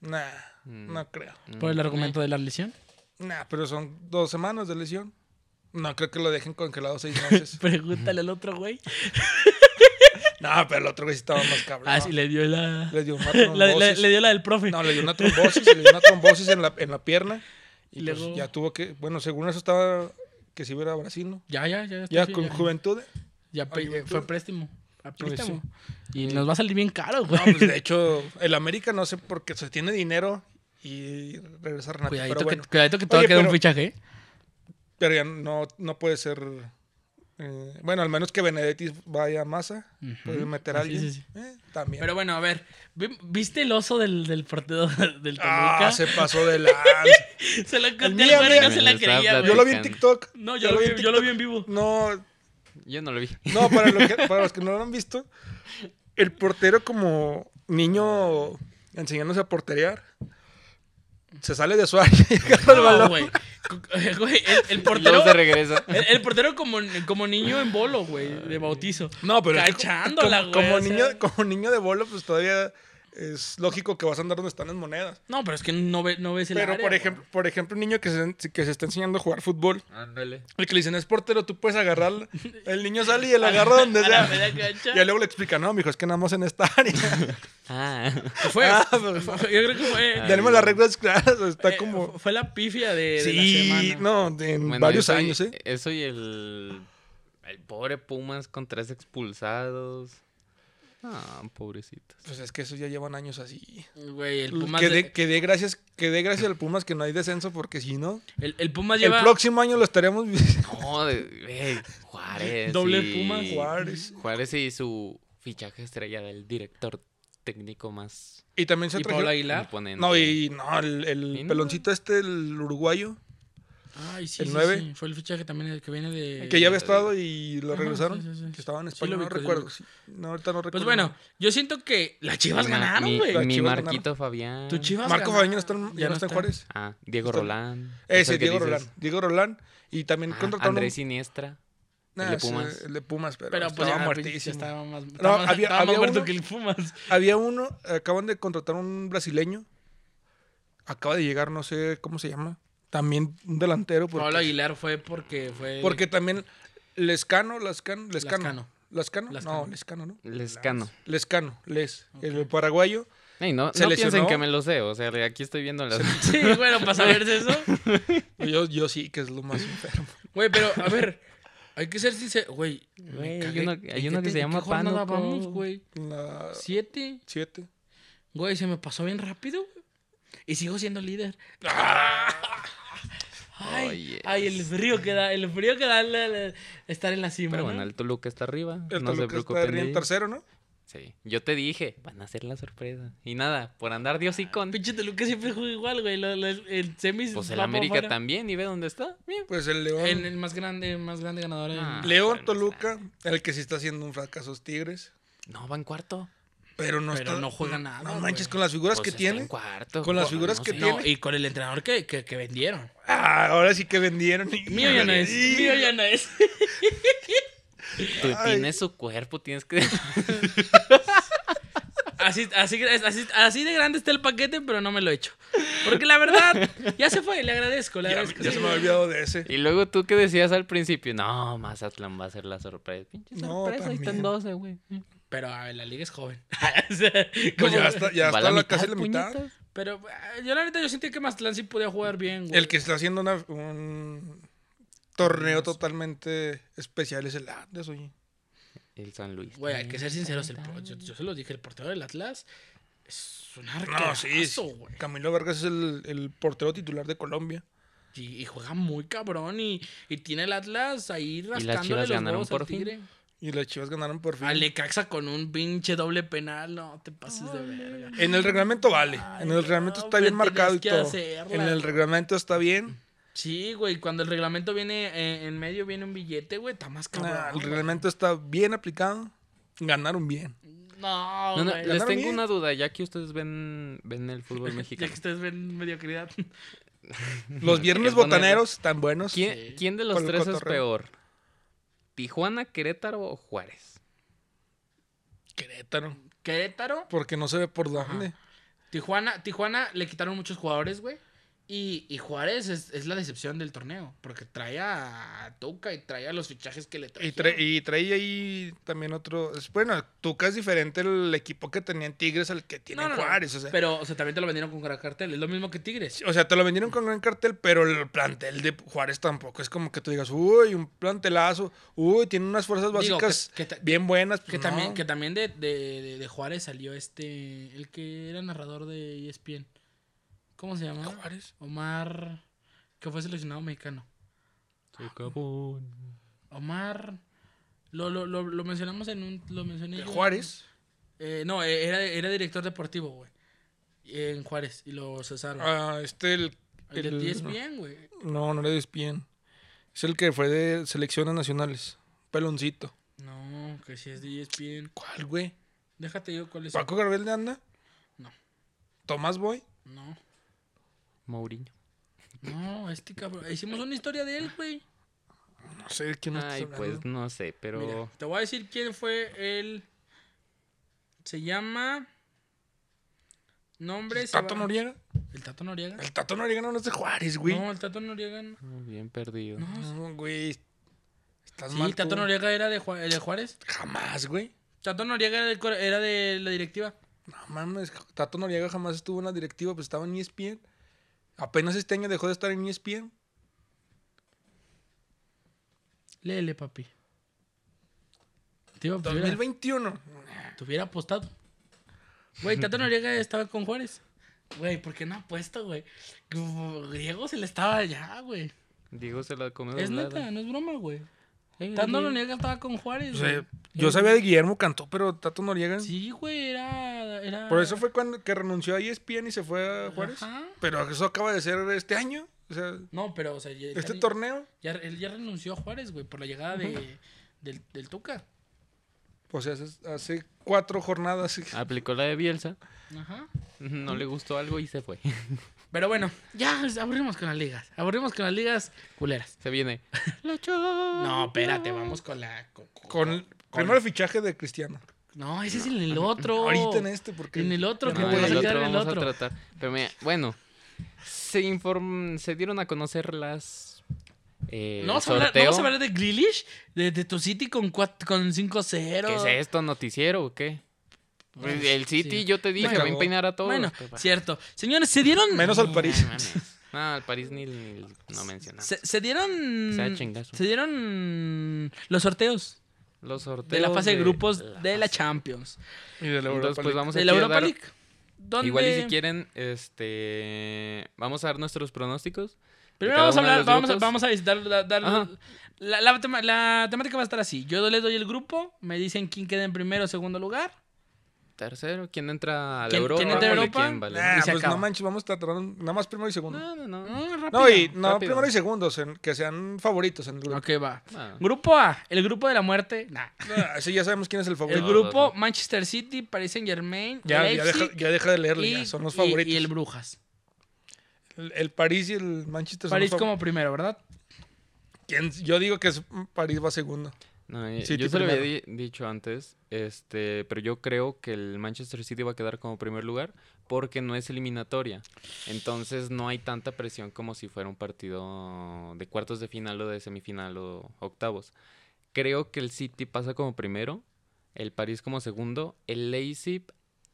S2: Nah,
S3: Mm.
S2: no creo.
S1: Por el argumento de Pues la lesión. (laughs)
S2: Nah, pero son dos semanas de lesión. No creo que lo dejen congelado seis
S1: (laughs)
S2: meses.
S1: Pregúntale al otro güey.
S2: no, pero el otro güey sí estaba más cabrón.
S1: Ah, sí, le dio la. (laughs)
S2: Le dio una
S1: La- la-
S2: trombosis.
S1: le dio la del profe.
S2: No, le
S1: (laughs)
S2: dio una trombosis, le dio una trombosis en la, en la pierna. Y
S1: Y
S2: pues
S1: luego-
S2: ya tuvo que. Bueno, según eso estaba. Que si hubiera Brasil, ¿no?
S1: Ya, ya, ya. está
S2: Ya
S1: bien,
S2: con juventud.
S1: (laughs) Ya pe-
S2: Juventud.
S1: fue préstamo. A
S2: Pues sí.
S1: préstamo. Y nos va a salir bien caro, güey.
S2: No, pues
S1: (laughs)
S2: de hecho, el América no sé por qué se tiene dinero y regresa Renato.
S1: cuidadito,
S2: pero bueno,
S1: que, cuidadito que te va a
S2: Oye,
S1: quedar un
S2: pero-
S1: fichaje. ¿eh?
S2: pero ya no, no puede ser. eh, bueno, al menos que Benedetti vaya a masa, puede meter a
S1: Sí,
S2: alguien.
S1: sí, sí.
S2: eh, también.
S1: Pero bueno, a ver. vi- ¿Viste el oso del, del partido (laughs) del Toluca?
S2: ah, se
S1: (laughs)
S2: pasó de lanza.
S1: Se la conté al
S2: mío,
S1: güey y no
S3: mío.
S1: se la
S3: Está
S1: creía,
S3: platicando.
S2: Yo
S1: güey.
S2: lo vi en TikTok.
S1: No, yo, lo vi, yo lo vi en
S2: (laughs)
S1: vivo.
S2: No,
S3: Yo no lo
S2: (laughs)
S3: vi.
S2: no para, lo que- para los que no lo han visto, el portero, como niño enseñándose a porterear, se sale de su área y agarra el
S1: No,
S2: balón.
S1: güey. Cu- güey, el,
S2: (laughs)
S1: el
S3: Y luego
S1: portero.
S3: se regresa.
S1: El, el portero como, como niño en bolo, güey, de bautizo.
S2: No, pero es que
S1: Cachándola, güey,
S2: como, como
S1: o sea.
S2: niño, como niño de bolo, pues todavía es lógico que vas a andar donde están las monedas.
S1: No, pero es que no, ve- no ves el
S2: Pero
S1: área,
S2: por
S1: güey.
S2: ejemplo, por ejemplo, un niño que se, que se está enseñando a jugar fútbol,
S3: Ándale.
S2: el que le dicen es portero, tú puedes agarrar. El niño sale y él agarra donde
S1: (laughs) A la
S2: sea.
S1: media cancha.
S2: Y luego le explica, no, mijo, es que nada más en esta
S1: (laughs)
S2: área.
S3: Ah.
S2: (laughs)
S1: Fue, fue- yo creo que fue.
S3: Ah,
S2: Tenemos las reglas claras, pues, está
S1: eh,
S2: como.
S1: Fue la pifia de, de la
S2: Sí,
S1: semana.
S2: no, de- en
S3: Bueno,
S2: varios
S3: eso y-
S2: años, ¿eh?
S3: Eso y el. El pobre Pumas con tres expulsados. Ah, pobrecitos.
S2: Pues es que eso ya llevan años así.
S1: Güey, el Pumas.
S2: Pues que, dé- que dé gracias, que dé gracias al Pumas que no hay descenso, porque si no,
S1: el, el Pumas lleva.
S2: el próximo año lo estaremos
S3: No, de- güey, Juárez.
S1: Doble
S3: y-
S1: Pumas.
S2: Juárez.
S3: Juárez y su fichaje estrella del director técnico más
S2: (laughs) Y también se
S1: y
S2: trajeron-
S1: Paul Aguilar.
S3: imponente.
S2: No, y no, el, el
S3: Y no.
S2: peloncito este, el uruguayo,
S1: Ay, sí,
S2: el
S1: sí,
S2: nueve.
S1: sí, Fue el fichaje también el que viene de.
S2: que ya había
S3: sí.
S2: estado y lo
S1: Ajá,
S2: regresaron,
S1: sí, sí, sí.
S2: que estaba en
S1: Sí, lo
S2: España, no
S1: ubico, sí, lo
S2: recuerdo.
S1: ubico.
S2: sí. No, ahorita no recuerdo.
S1: Pues bueno, yo siento que las chivas
S3: Ma-
S1: ganaron,
S3: mi,
S1: güey.
S2: Las
S3: mi
S2: Chivas
S3: Marquito Fabián.
S1: Tu chivas.
S2: Marco
S1: ganaron.
S2: Fabiño no está, en- ya no está en Juárez.
S3: Ah, Diego
S2: Está-
S3: Rolán. es
S2: Ese,
S3: el que
S2: Diego
S3: dices.
S2: Rolán. Diego Rolán. Y también
S3: Ah,
S2: contrataron.
S3: Andrés Siniestra.
S2: Nah,
S3: el de
S2: ese,
S3: Pumas.
S2: el de Pumas, pero,
S1: Pero pues
S2: estaba
S1: ya, pues, ya
S2: muertísimo.
S1: estaba más, estaba
S2: No,
S1: más-
S2: había-
S1: estaba más
S2: había
S1: muerto
S2: uno-
S1: que el
S2: (laughs)
S1: Pumas.
S2: Había uno, acaban de contratar un brasileño. Acaba de llegar, no sé cómo se llama. También un delantero. Porque,
S1: Pablo Aguilar fue porque fue. (laughs)
S2: porque también Lescano, Lescano, Lescano.
S1: Lazcano.
S2: Lescano.
S1: Lazcano.
S2: No, Lescano, ¿no?
S3: Lescano.
S2: Lescano, Les. El paraguayo.
S3: Ey, no,
S2: Se
S3: no piensen
S2: lesionó.
S3: que me lo sé, o sea, aquí estoy viendo las...
S1: Sí, bueno, para saberse eso.
S2: (laughs) Yo, yo sí, que es lo más enfermo.
S1: Güey, pero a ver, hay que ser sincero. Güey, me
S3: Güey, hay
S1: cagué.
S3: uno- hay
S1: ¿En
S3: uno
S1: qué
S3: que se
S1: en qué
S3: llama
S1: jornada
S3: Pánuco.
S1: vamos, güey?
S2: La
S1: Siete.
S2: 7. (laughs)
S1: Güey, se me pasó bien rápido, güey. Y sigo siendo líder. Ay,
S3: Oh,
S1: ay, el frío que da, el frío que da la- la- estar en la cima.
S3: Pero
S1: ¿no?
S3: bueno, el Toluca está arriba.
S2: El
S3: no se
S2: Toluca está
S3: preocupen. de
S2: arriba en
S3: ahí.
S2: tercero, ¿no?
S3: Sí. Yo te dije, van a hacer la sorpresa. Y nada, por andar Dios y con.
S1: Pinche Toluca siempre juega igual, güey. lo- lo- el semis.
S3: Pues
S1: va
S3: el
S1: para
S3: América
S1: afuera.
S3: también, y ve dónde está. Mira.
S2: Pues el León.
S1: El, el más grande, más grande ganador. el-
S3: Ah.
S2: León,
S3: bueno,
S2: Toluca, el que sí está haciendo un fracaso es Tigres.
S3: No, va en cuarto.
S2: Pero no
S1: Pero
S2: está-
S1: no juega nada,
S2: No manches,
S1: güey.
S2: con las figuras
S3: Pues
S2: que
S3: está
S2: tiene.
S3: en cuarto,
S2: Con las
S3: joder,
S2: figuras que
S3: sé.
S2: tiene.
S1: No, y con el entrenador que, que, que vendieron.
S2: Ah, ahora sí que vendieron. y-
S1: Mío ya no es.
S2: Y-
S1: Mío ya no es.
S3: Tú
S2: Ay.
S3: tienes su cuerpo, tienes que.
S1: (laughs)
S3: (laughs)
S1: Así, así, así, así de grande está el paquete, pero no me lo he hecho. Porque la verdad, ya se fue, le agradezco. Le
S2: Ya,
S1: agradezco.
S2: ya se me había olvidado de ese.
S3: y luego tú que decías al principio, no, Mazatlán va a ser la sorpresa. Pinche
S2: No,
S3: sorpresa, ahí están
S2: también.
S3: 12, güey.
S1: Pero a ver, la liga es joven. (laughs) O sea,
S2: Pues
S1: como-
S2: ya está, ya
S3: Va la
S2: está la,
S3: mitad,
S2: casi la mitad.
S3: puñetas.
S1: Pero ah, yo la neta yo sentí que Mazatlán sí podía jugar bien, güey.
S2: El que está haciendo una- un torneo totalmente especial es el Atlas, oye.
S3: El San Luis.
S1: Güey, hay
S3: también
S1: que ser
S3: está
S1: sinceros. el
S3: en
S1: pro-
S3: tal.
S1: yo, yo se lo dije, el portero del Atlas es un arquerazo,
S2: No, sí. sí.
S1: Ah, güey.
S2: Camilo Vargas es el, el portero titular de Colombia.
S1: Y, y juega muy cabrón y, y tiene el Atlas ahí
S3: las
S1: rascándole
S3: Chivas
S1: los
S3: ganaron
S1: huevos al
S3: por fin?
S1: Tigre.
S2: Y las chivas ganaron por fin.
S1: Al Necaxa con un pinche doble penal, no te pases de verga.
S2: En el reglamento vale.
S1: Ay,
S2: En el reglamento
S1: no,
S2: está
S1: hombre,
S2: bien marcado y
S1: tenías que
S2: todo.
S1: hacerla.
S2: En el reglamento está bien.
S1: Sí, güey, cuando el reglamento viene eh, en medio viene un billete, güey, está más cabrón.
S2: Ah, el
S1: güey.
S2: reglamento está bien aplicado.
S1: (laughs)
S2: Ganaron bien.
S1: No,
S3: No, no,
S1: güey.
S3: les
S2: ganaron
S3: tengo
S2: bien.
S3: una duda, ya que ustedes ven, ven el
S2: (laughs)
S3: fútbol
S1: Ya
S3: mexicano.
S1: que ustedes ven mediocridad.
S2: Los viernes
S3: qué ponerle.
S2: botaneros tan buenos.
S3: ¿Quién,
S1: Sí.
S3: quién de los
S2: Por el
S3: tres es
S2: cotorreo.
S3: peor? ¿Tijuana, Querétaro o Juárez?
S2: Querétaro.
S1: (laughs) Querétaro,
S2: Porque no se ve por dónde.
S1: Tijuana, Tijuana le quitaron muchos jugadores, güey. Y, y Juárez es, es la decepción del torneo, porque trae a Tuca y trae a los fichajes que le trae.
S2: Y, tra- y trae ahí también otro. es- Bueno, Tuca es diferente el equipo que tenían Tigres al que tiene Juárez. O sea,
S1: Pero, o sea, también te lo vendieron con gran cartel. Es lo mismo que Tigres.
S2: o sea, te lo vendieron con gran cartel, pero el plantel de Juárez tampoco es como que tú digas, uy, un plantelazo, uy, tiene unas fuerzas
S1: Digo,
S2: básicas
S1: que- que ta-
S2: bien buenas.
S1: Que
S2: pues no.
S1: también, que también de, de- de- de Juárez salió este. El que era narrador de E ESPN. ¿Cómo se llama?
S2: Juárez.
S1: Omar. Que fue seleccionado mexicano. Omar. Lo, lo, lo, lo mencionamos en un. Lo mencioné
S2: ¿De
S1: yo en-
S2: Juárez?
S1: Eh, no, eh, era, era director deportivo, güey. En Juárez. Y lo cesaron.
S2: Ah, este el.
S1: el, de E ESPN, güey.
S2: No, no le despiden. Es el que fue de selecciones nacionales. Peloncito.
S1: No, que si es de E ESPN.
S2: ¿Cuál, güey?
S1: Déjate yo cuál es.
S2: ¿Paco Gabriel de Anda?
S1: No.
S2: ¿Tomás Boy?
S1: No.
S3: Mourinho.
S1: No, este cabrón. Hicimos una historia de él, güey.
S2: No sé de quién me estás
S3: Ay,
S2: hablando.
S3: pues no sé, pero.
S1: Mira, te voy a decir quién fue el. Se llama. Nombre.
S2: ¿El
S1: se
S2: Tato
S1: va-
S2: Noriega?
S1: ¿El Tato Noriega?
S2: El Tato Noriega no es de Juárez, güey.
S1: No, el Tato Noriega. No,
S3: Muy Bien perdido.
S1: No,
S2: No, güey. Estás
S1: sí,
S2: mal.
S1: Tato
S2: tú.
S1: Noriega era de, Ju- de Juárez.
S2: Jamás, güey.
S1: Tato Noriega era, del cor- era de la directiva.
S2: No mames, Tato Noriega jamás estuvo en la directiva, pues estaba en ESPN. Apenas este año dejó de estar en ESPN.
S1: Léele, papi. Te iba- te hubiera-
S2: 2021.
S1: te hubiera apostado. Güey, Tato
S2: (laughs)
S1: Noriega estaba con Juárez. Güey, ¿por qué no apuesto, güey? Como Griego se le estaba allá, güey.
S3: Diego se la comió
S1: Es
S3: doblada.
S1: neta, no es broma, güey. Tato Noriega estaba con Juárez,
S2: O
S1: güey.
S2: sea, Pues, eh, yo sabía de Guillermo Cantó, pero Tato Noriega.
S1: Sí, güey, era, era-
S2: Por eso fue cuando que renunció a E ESPN y se fue a Juárez.
S1: Ajá.
S2: Pero eso acaba de ser este año. O sea,
S1: No, pero, o sea, ya,
S2: este
S1: ya-
S2: torneo.
S1: ya- él ya renunció a Juárez, güey, por la llegada de, del, del Tuca.
S2: O sea, hace, Pues hace cuatro jornadas.
S1: Ah,
S3: Aplicó la de Bielsa,
S1: Ajá.
S3: no le gustó algo y se fue. (laughs)
S1: Pero bueno, ya aburrimos con las ligas. Aburrimos con las ligas culeras.
S3: se viene.
S1: No, espérate, vamos con la. con-
S2: Con, primero el fichaje de Cristiano.
S1: No, ese es en el otro.
S2: (laughs) Ahorita en este, porque.
S1: En el otro,
S3: No,
S1: que
S2: te
S1: te
S2: voy
S1: vas
S2: a
S1: a
S3: el
S1: quedar
S3: otro
S1: en el
S3: vamos a
S1: otro.
S3: tratar. Pero mira, bueno, se, inform- se dieron a conocer las. Eh,
S1: ¿No vamos, a
S3: sorteo.
S1: hablar, no vamos a hablar de Grealish? De, de tu City con, cuat- con 5-0.
S3: ¿Qué es esto, noticiero o qué?
S1: Pues,
S3: el City,
S1: sí.
S3: yo te dije,
S2: Bueno,
S3: va a empeñar a todos.
S1: Bueno,
S3: papá.
S1: cierto. Señores, se dieron.
S2: Menos al París.
S3: No, mames. No, al París ni, ni no mencionamos.
S1: Mm, Se, se dieron.
S3: Se da chingazo.
S1: Se dieron los sorteos
S3: Los sorteos.
S1: de la fase de grupos de la
S3: fase-
S1: Champions.
S2: Y de la Europa
S3: Entonces, pues
S2: League.
S3: vamos
S1: de
S3: aquí
S1: la
S3: a
S1: Europa
S3: dar-
S1: League. ¿Dónde?
S3: Igual y si quieren, este, vamos a dar nuestros pronósticos.
S1: Primero
S3: cada
S1: vamos a
S3: uno de
S1: hablar,
S3: los
S1: vamos a,
S3: grupos.
S1: vamos a visitar. dar- dar-
S3: Ajá.
S1: la, la tema- la temática va a estar así. Yo les doy el grupo, me dicen quién queda en primero o segundo lugar.
S3: Tercero, ¿quién entra a la
S1: ¿Quién-
S3: Europa?
S1: quién entra a
S3: o de
S1: Europa?
S3: quién vale?
S2: Nah,
S1: Y se
S2: pues
S1: acaba.
S2: no manches, vamos a tratar nada más primero y segundo.
S3: No, no, no.
S1: Mm, rápido.
S2: no, y no,
S3: rápido.
S2: primero y segundos, en- que sean favoritos en el grupo.
S1: Ok, va.
S3: Ah.
S1: Grupo A, el grupo de la muerte. Nah.
S2: Ah, sí, ya sabemos quién es el
S1: El
S2: favorito.
S3: No,
S1: grupo
S3: no, no.
S1: Manchester City, Paris Saint Germain,
S2: Ya, ya,
S1: Leipzig
S2: deja, ya deja de leerle,
S1: y,
S2: ya son los
S1: y-
S2: favoritos.
S1: y el
S2: el,
S1: Brujas.
S2: el París y el Manchester son los
S1: París
S2: favor-
S1: como primero, ¿verdad?
S2: ¿Quién? Yo digo que es- París va segundo.
S3: No, y-
S2: City
S3: yo se lo había
S2: primero.
S3: di- dicho antes, este, pero yo creo que el Manchester City va a quedar como primer lugar porque no es eliminatoria. Entonces no hay tanta presión como si fuera un partido de cuartos de final o de semifinal o octavos. Creo que el City pasa como primero, el París como segundo, el Leipzig,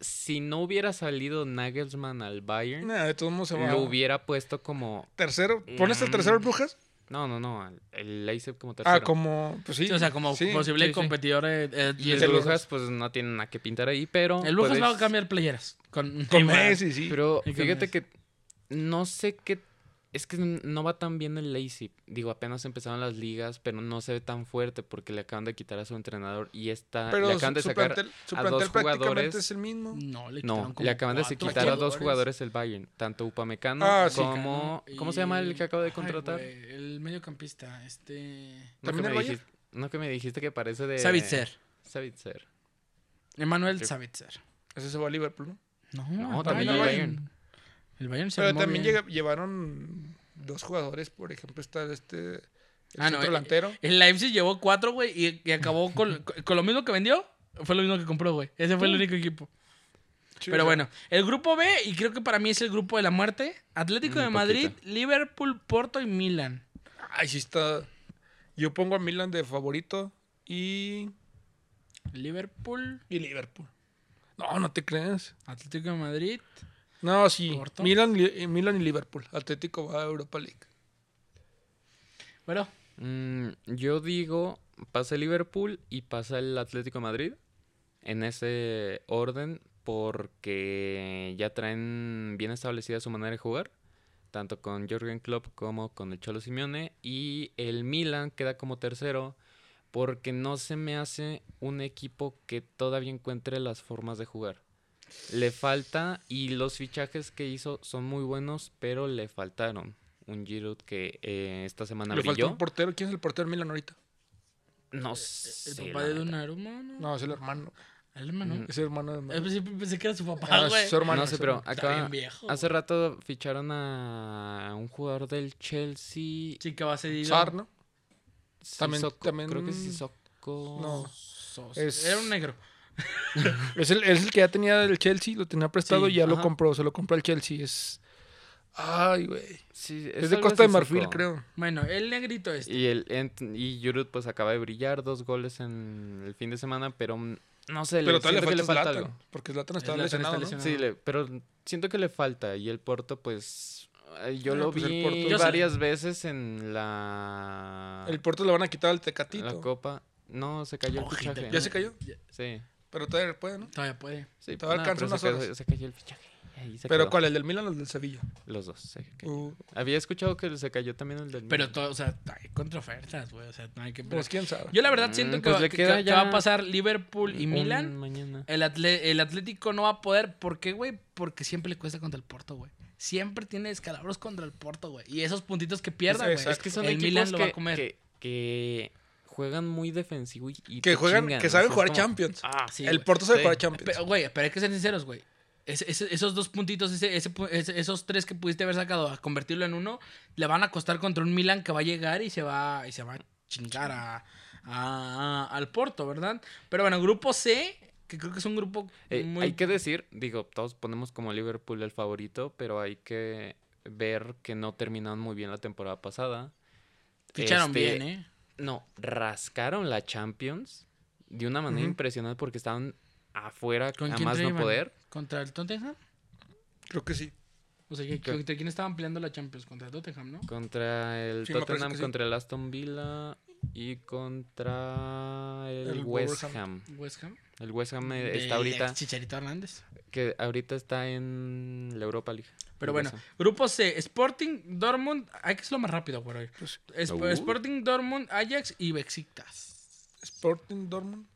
S3: si no hubiera salido Nagelsmann al Bayern,
S2: Nah, de todos modos se va.
S3: lo hubiera puesto como...
S2: Tercero, ¿pones
S1: Mm.
S2: el tercero el Brujas?
S3: No, no, no, al- el Leipzig como tercero.
S2: Ah, como, pues sí.
S1: Sí, o sea, como
S2: sí.
S1: posible
S3: sí, sí.
S1: competidor. eh, eh,
S3: Y el
S2: el
S1: Brujas.
S3: Brujas, pues no tiene nada que pintar ahí, pero.
S1: El Brujas va a
S3: puedes-
S1: cambiar playeras. Con,
S2: Con
S1: Neymar.
S2: Messi, sí.
S3: Pero
S1: Y con
S3: fíjate
S1: Messi.
S3: que no sé qué. Es que no va tan bien el Leipzig. Digo, apenas empezaron las ligas, pero no se ve tan fuerte porque le acaban de quitar a su entrenador Ah, y está.
S2: Pero
S3: le acaban de
S2: su, su
S3: sacar.
S2: plantel, su
S3: a
S2: plantel
S3: dos jugadores.
S2: prácticamente es el mismo.
S1: No, le quitaron
S3: No,
S1: como
S3: le acaban de
S1: cuatro.
S3: quitar a dos
S2: jugadores.
S3: jugadores el Bayern. Tanto Upamecano
S2: Ah, sí,
S3: como.
S1: Cano
S3: ¿Cómo se llama
S1: y-
S3: el que acabo de
S1: ay,
S3: contratar?
S1: güey, el mediocampista, este.
S3: no, que
S2: ¿También el
S3: me
S2: Bayern?
S3: dijiste, no que me dijiste que parece de.
S1: Savitzer.
S3: Savitzer.
S1: Emanuel
S3: Sí.
S1: Savitzer.
S2: Ese se va a Liverpool, ¿no?
S1: No,
S3: No,
S1: al
S3: también
S2: el
S1: El Bayern se
S2: Pero
S1: armó
S2: también
S1: bien.
S2: llega- llevaron dos jugadores, por ejemplo, está este el
S1: Ah, no,
S2: centro
S1: eh,
S2: delantero.
S1: El Leipzig llevó cuatro, güey, y, y acabó con, con lo mismo que vendió. Fue lo mismo que compró, güey. Ese fue el único equipo.
S2: Sí,
S1: Pero
S2: o sea,
S1: bueno, el grupo B, y creo que para mí es el grupo de la muerte: Atlético
S3: Mm, Un
S1: de Madrid,
S3: poquito.
S1: Liverpool, Porto y Milan.
S2: Ay, sí está. Yo pongo a Milan de favorito y
S1: Liverpool,
S2: y Liverpool. No, no te creas.
S1: Atlético de Madrid.
S2: No, sí.
S1: ¿Corto?
S2: Milan, Li- eh, Milan y Liverpool. Atlético va a Europa League.
S1: Bueno,
S3: Mm, yo digo, pasa el Liverpool y pasa el Atlético de Madrid en ese orden porque ya traen bien establecida su manera de jugar, tanto con Jürgen Klopp como con el Cholo Simeone y el Milan queda como tercero porque no se me hace un equipo que todavía encuentre las formas de jugar. Le falta y los fichajes que hizo son muy buenos, pero le faltaron. Un Giroud que eh, esta semana
S2: Le falta
S3: brilló.
S2: un portero. ¿Quién es el portero del Milan ahorita?
S1: Eh,
S3: No
S1: el
S3: sé.
S1: papá
S3: la
S1: de
S3: neta.
S1: Donnarumma, ¿no?
S2: No, es el hermano.
S1: El hermano.
S3: Mm.
S2: Es el hermano de
S1: Eh, pues siempre pensé que era su
S2: Ah,
S1: papá,
S2: es
S1: güey.
S2: su hermano.
S3: No sé,
S2: es su
S3: pero
S2: hermano.
S1: Está bien
S3: acá.
S1: viejo.
S3: Hace rato ficharon a un jugador del Chelsea.
S1: Chica va cedido.
S2: Sar, ¿no?
S3: también,
S2: también- también-
S3: Creo que es Sissoko.
S2: No.
S1: Sos-
S2: Es-
S1: Era un negro.
S2: Es el, es el que ya tenía del Chelsea, lo tenía prestado
S1: Sí,
S2: y ya lo
S3: ajá.
S2: compró, se lo compró el Chelsea. Es. Ay, güey.
S3: Sí,
S2: Es, de
S3: algo
S2: Costa
S3: Sissoko.
S2: de Marfil, creo.
S1: Bueno, el negrito este.
S3: Y, el, ent- y Giroud, pues acaba de brillar dos goles en el fin de semana, pero mm, no sé. siento
S2: Pero todavía
S3: que
S2: le falta
S3: algo.
S2: Zlatan, porque Zlatan está
S1: Zlatan está
S2: lesionado, ¿no?
S1: lesionado.
S3: Sí, le- pero siento que le falta. Y el Porto, pues. ay, Yo
S2: Ah,
S3: lo
S2: pues el
S3: vi
S2: Porto-
S1: Yo sé.
S3: varias veces en la.
S2: El Porto le van a quitar al Tecatito.
S3: la copa. No, se cayó el
S1: Ojita,
S3: fichaje.
S2: ¿Ya se cayó?
S3: Sí.
S2: Pero todavía puede, ¿no?
S1: Todavía puede.
S3: Sí, no,
S2: Todavía alcanza
S3: pero
S2: unas
S3: se cayó-
S2: horas.
S3: se cayó el fichaje. Ahí se
S2: ¿Pero
S3: quedó.
S2: cuál? ¿El del Milan o el del Sevilla?
S3: Los dos. se cayó.
S2: Uh,
S3: Había escuchado que se cayó también el del.
S1: Pero
S3: Milan.
S1: todo, o sea, hay contraofertas, güey. O sea, no hay que.
S2: pues quién sabe.
S1: Yo la verdad
S3: Mm,
S1: siento que,
S3: pues
S1: va,
S3: le
S1: que-
S3: queda
S1: que
S3: ya
S1: va a pasar Liverpool y
S3: Un
S1: Milan. eh,
S3: Mañana.
S1: El, atle- el Atlético no va a poder. ¿Por qué, güey? Porque siempre le cuesta contra el Porto, güey. Siempre tiene escalabros contra el Porto, güey. Y esos puntitos que pierda, güey.
S2: exacto.
S3: Es que son
S1: el
S3: equipos
S1: Milan
S3: que,
S1: lo va a comer.
S3: Que, que juegan muy defensivo y. y
S2: que
S3: te
S2: juegan,
S3: chingan,
S2: que
S3: o
S2: saben
S3: sea, es
S2: jugar
S3: como-
S2: Champions.
S3: Ah,
S1: Sí,
S2: el
S1: güey.
S2: Porto sabe
S3: Sí.
S2: jugar Champions.
S1: Pero, güey, pero hay que ser sinceros, güey. Ese- ese- esos dos puntitos, ese- ese pu- ese- esos tres que pudiste haber sacado a convertirlo en uno, le van a costar contra un Milan que va a llegar y se va, y se va a chingar a, a- a- al Porto, ¿verdad? Pero bueno, grupo C, que creo que es un grupo
S3: Eh,
S1: muy...
S3: Hay que decir, digo, todos ponemos como Liverpool el favorito, pero hay que ver que no terminaron muy bien la temporada pasada.
S1: Ficharon
S3: Este,
S1: bien, ¿eh?
S3: No, rascaron la Champions de una manera
S2: Ujú.
S3: impresionante porque estaban afuera
S1: ¿Con
S3: a
S1: quién
S3: más no
S1: iban?
S3: poder.
S1: ¿Contra el Tottenham?
S2: Creo que sí.
S1: O sea, ¿que-
S3: ¿Qué?
S1: ¿contra quién estaban peleando la Champions? Contra el Tottenham, ¿no?
S3: Contra el
S2: Sí, me parece
S3: Tottenham,
S2: que sí.
S3: contra el Aston Villa Y contra el,
S2: El
S3: West
S2: Wolverhampton.
S3: Ham.
S1: West Ham.
S3: El West Ham eh,
S1: del
S3: está ahorita,
S1: ex Chicharito Hernández.
S3: que ahorita está en la Europa League.
S1: Pero
S3: El
S1: bueno,
S3: West Ham.
S1: grupo C, Sporting, Dortmund, hay que hacerlo más rápido por hoy.
S2: Pues,
S1: Es-
S3: Uh.
S1: Sporting, Dortmund, Ajax y Besiktas.
S2: Sporting, Dortmund,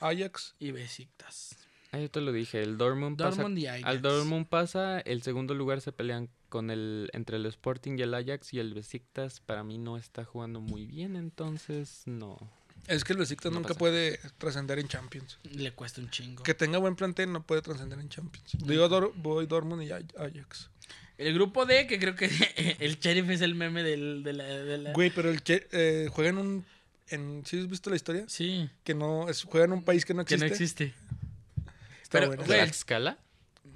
S2: Ajax.
S1: Y Besiktas.
S3: Ah, yo te lo dije, el Dortmund pasa
S1: Dortmund y Ajax.
S3: Al Dortmund pasa, el segundo lugar se pelean con el entre el Sporting y el Ajax y el Besiktas para mí no está jugando muy bien, entonces no.
S2: Es que el Besiktas
S3: No
S2: nunca
S3: pasa.
S2: puede trascender en Champions.
S1: Le cuesta un chingo.
S2: Que tenga buen plantel no puede trascender en Champions. Digo, Dor- voy Dortmund y Aj- Ajax.
S1: El grupo D, que creo que (laughs) el sheriff es el meme del, de la... de la-
S2: Güey, pero el que eh, juega en un... En, ¿Sí has visto la historia?
S1: Sí,
S2: Que no... es- juega en un país que no
S1: que
S2: existe.
S1: no existe.
S2: Está
S1: pero,
S2: bueno.
S1: Güey, el-
S3: ¿Tlaxcala?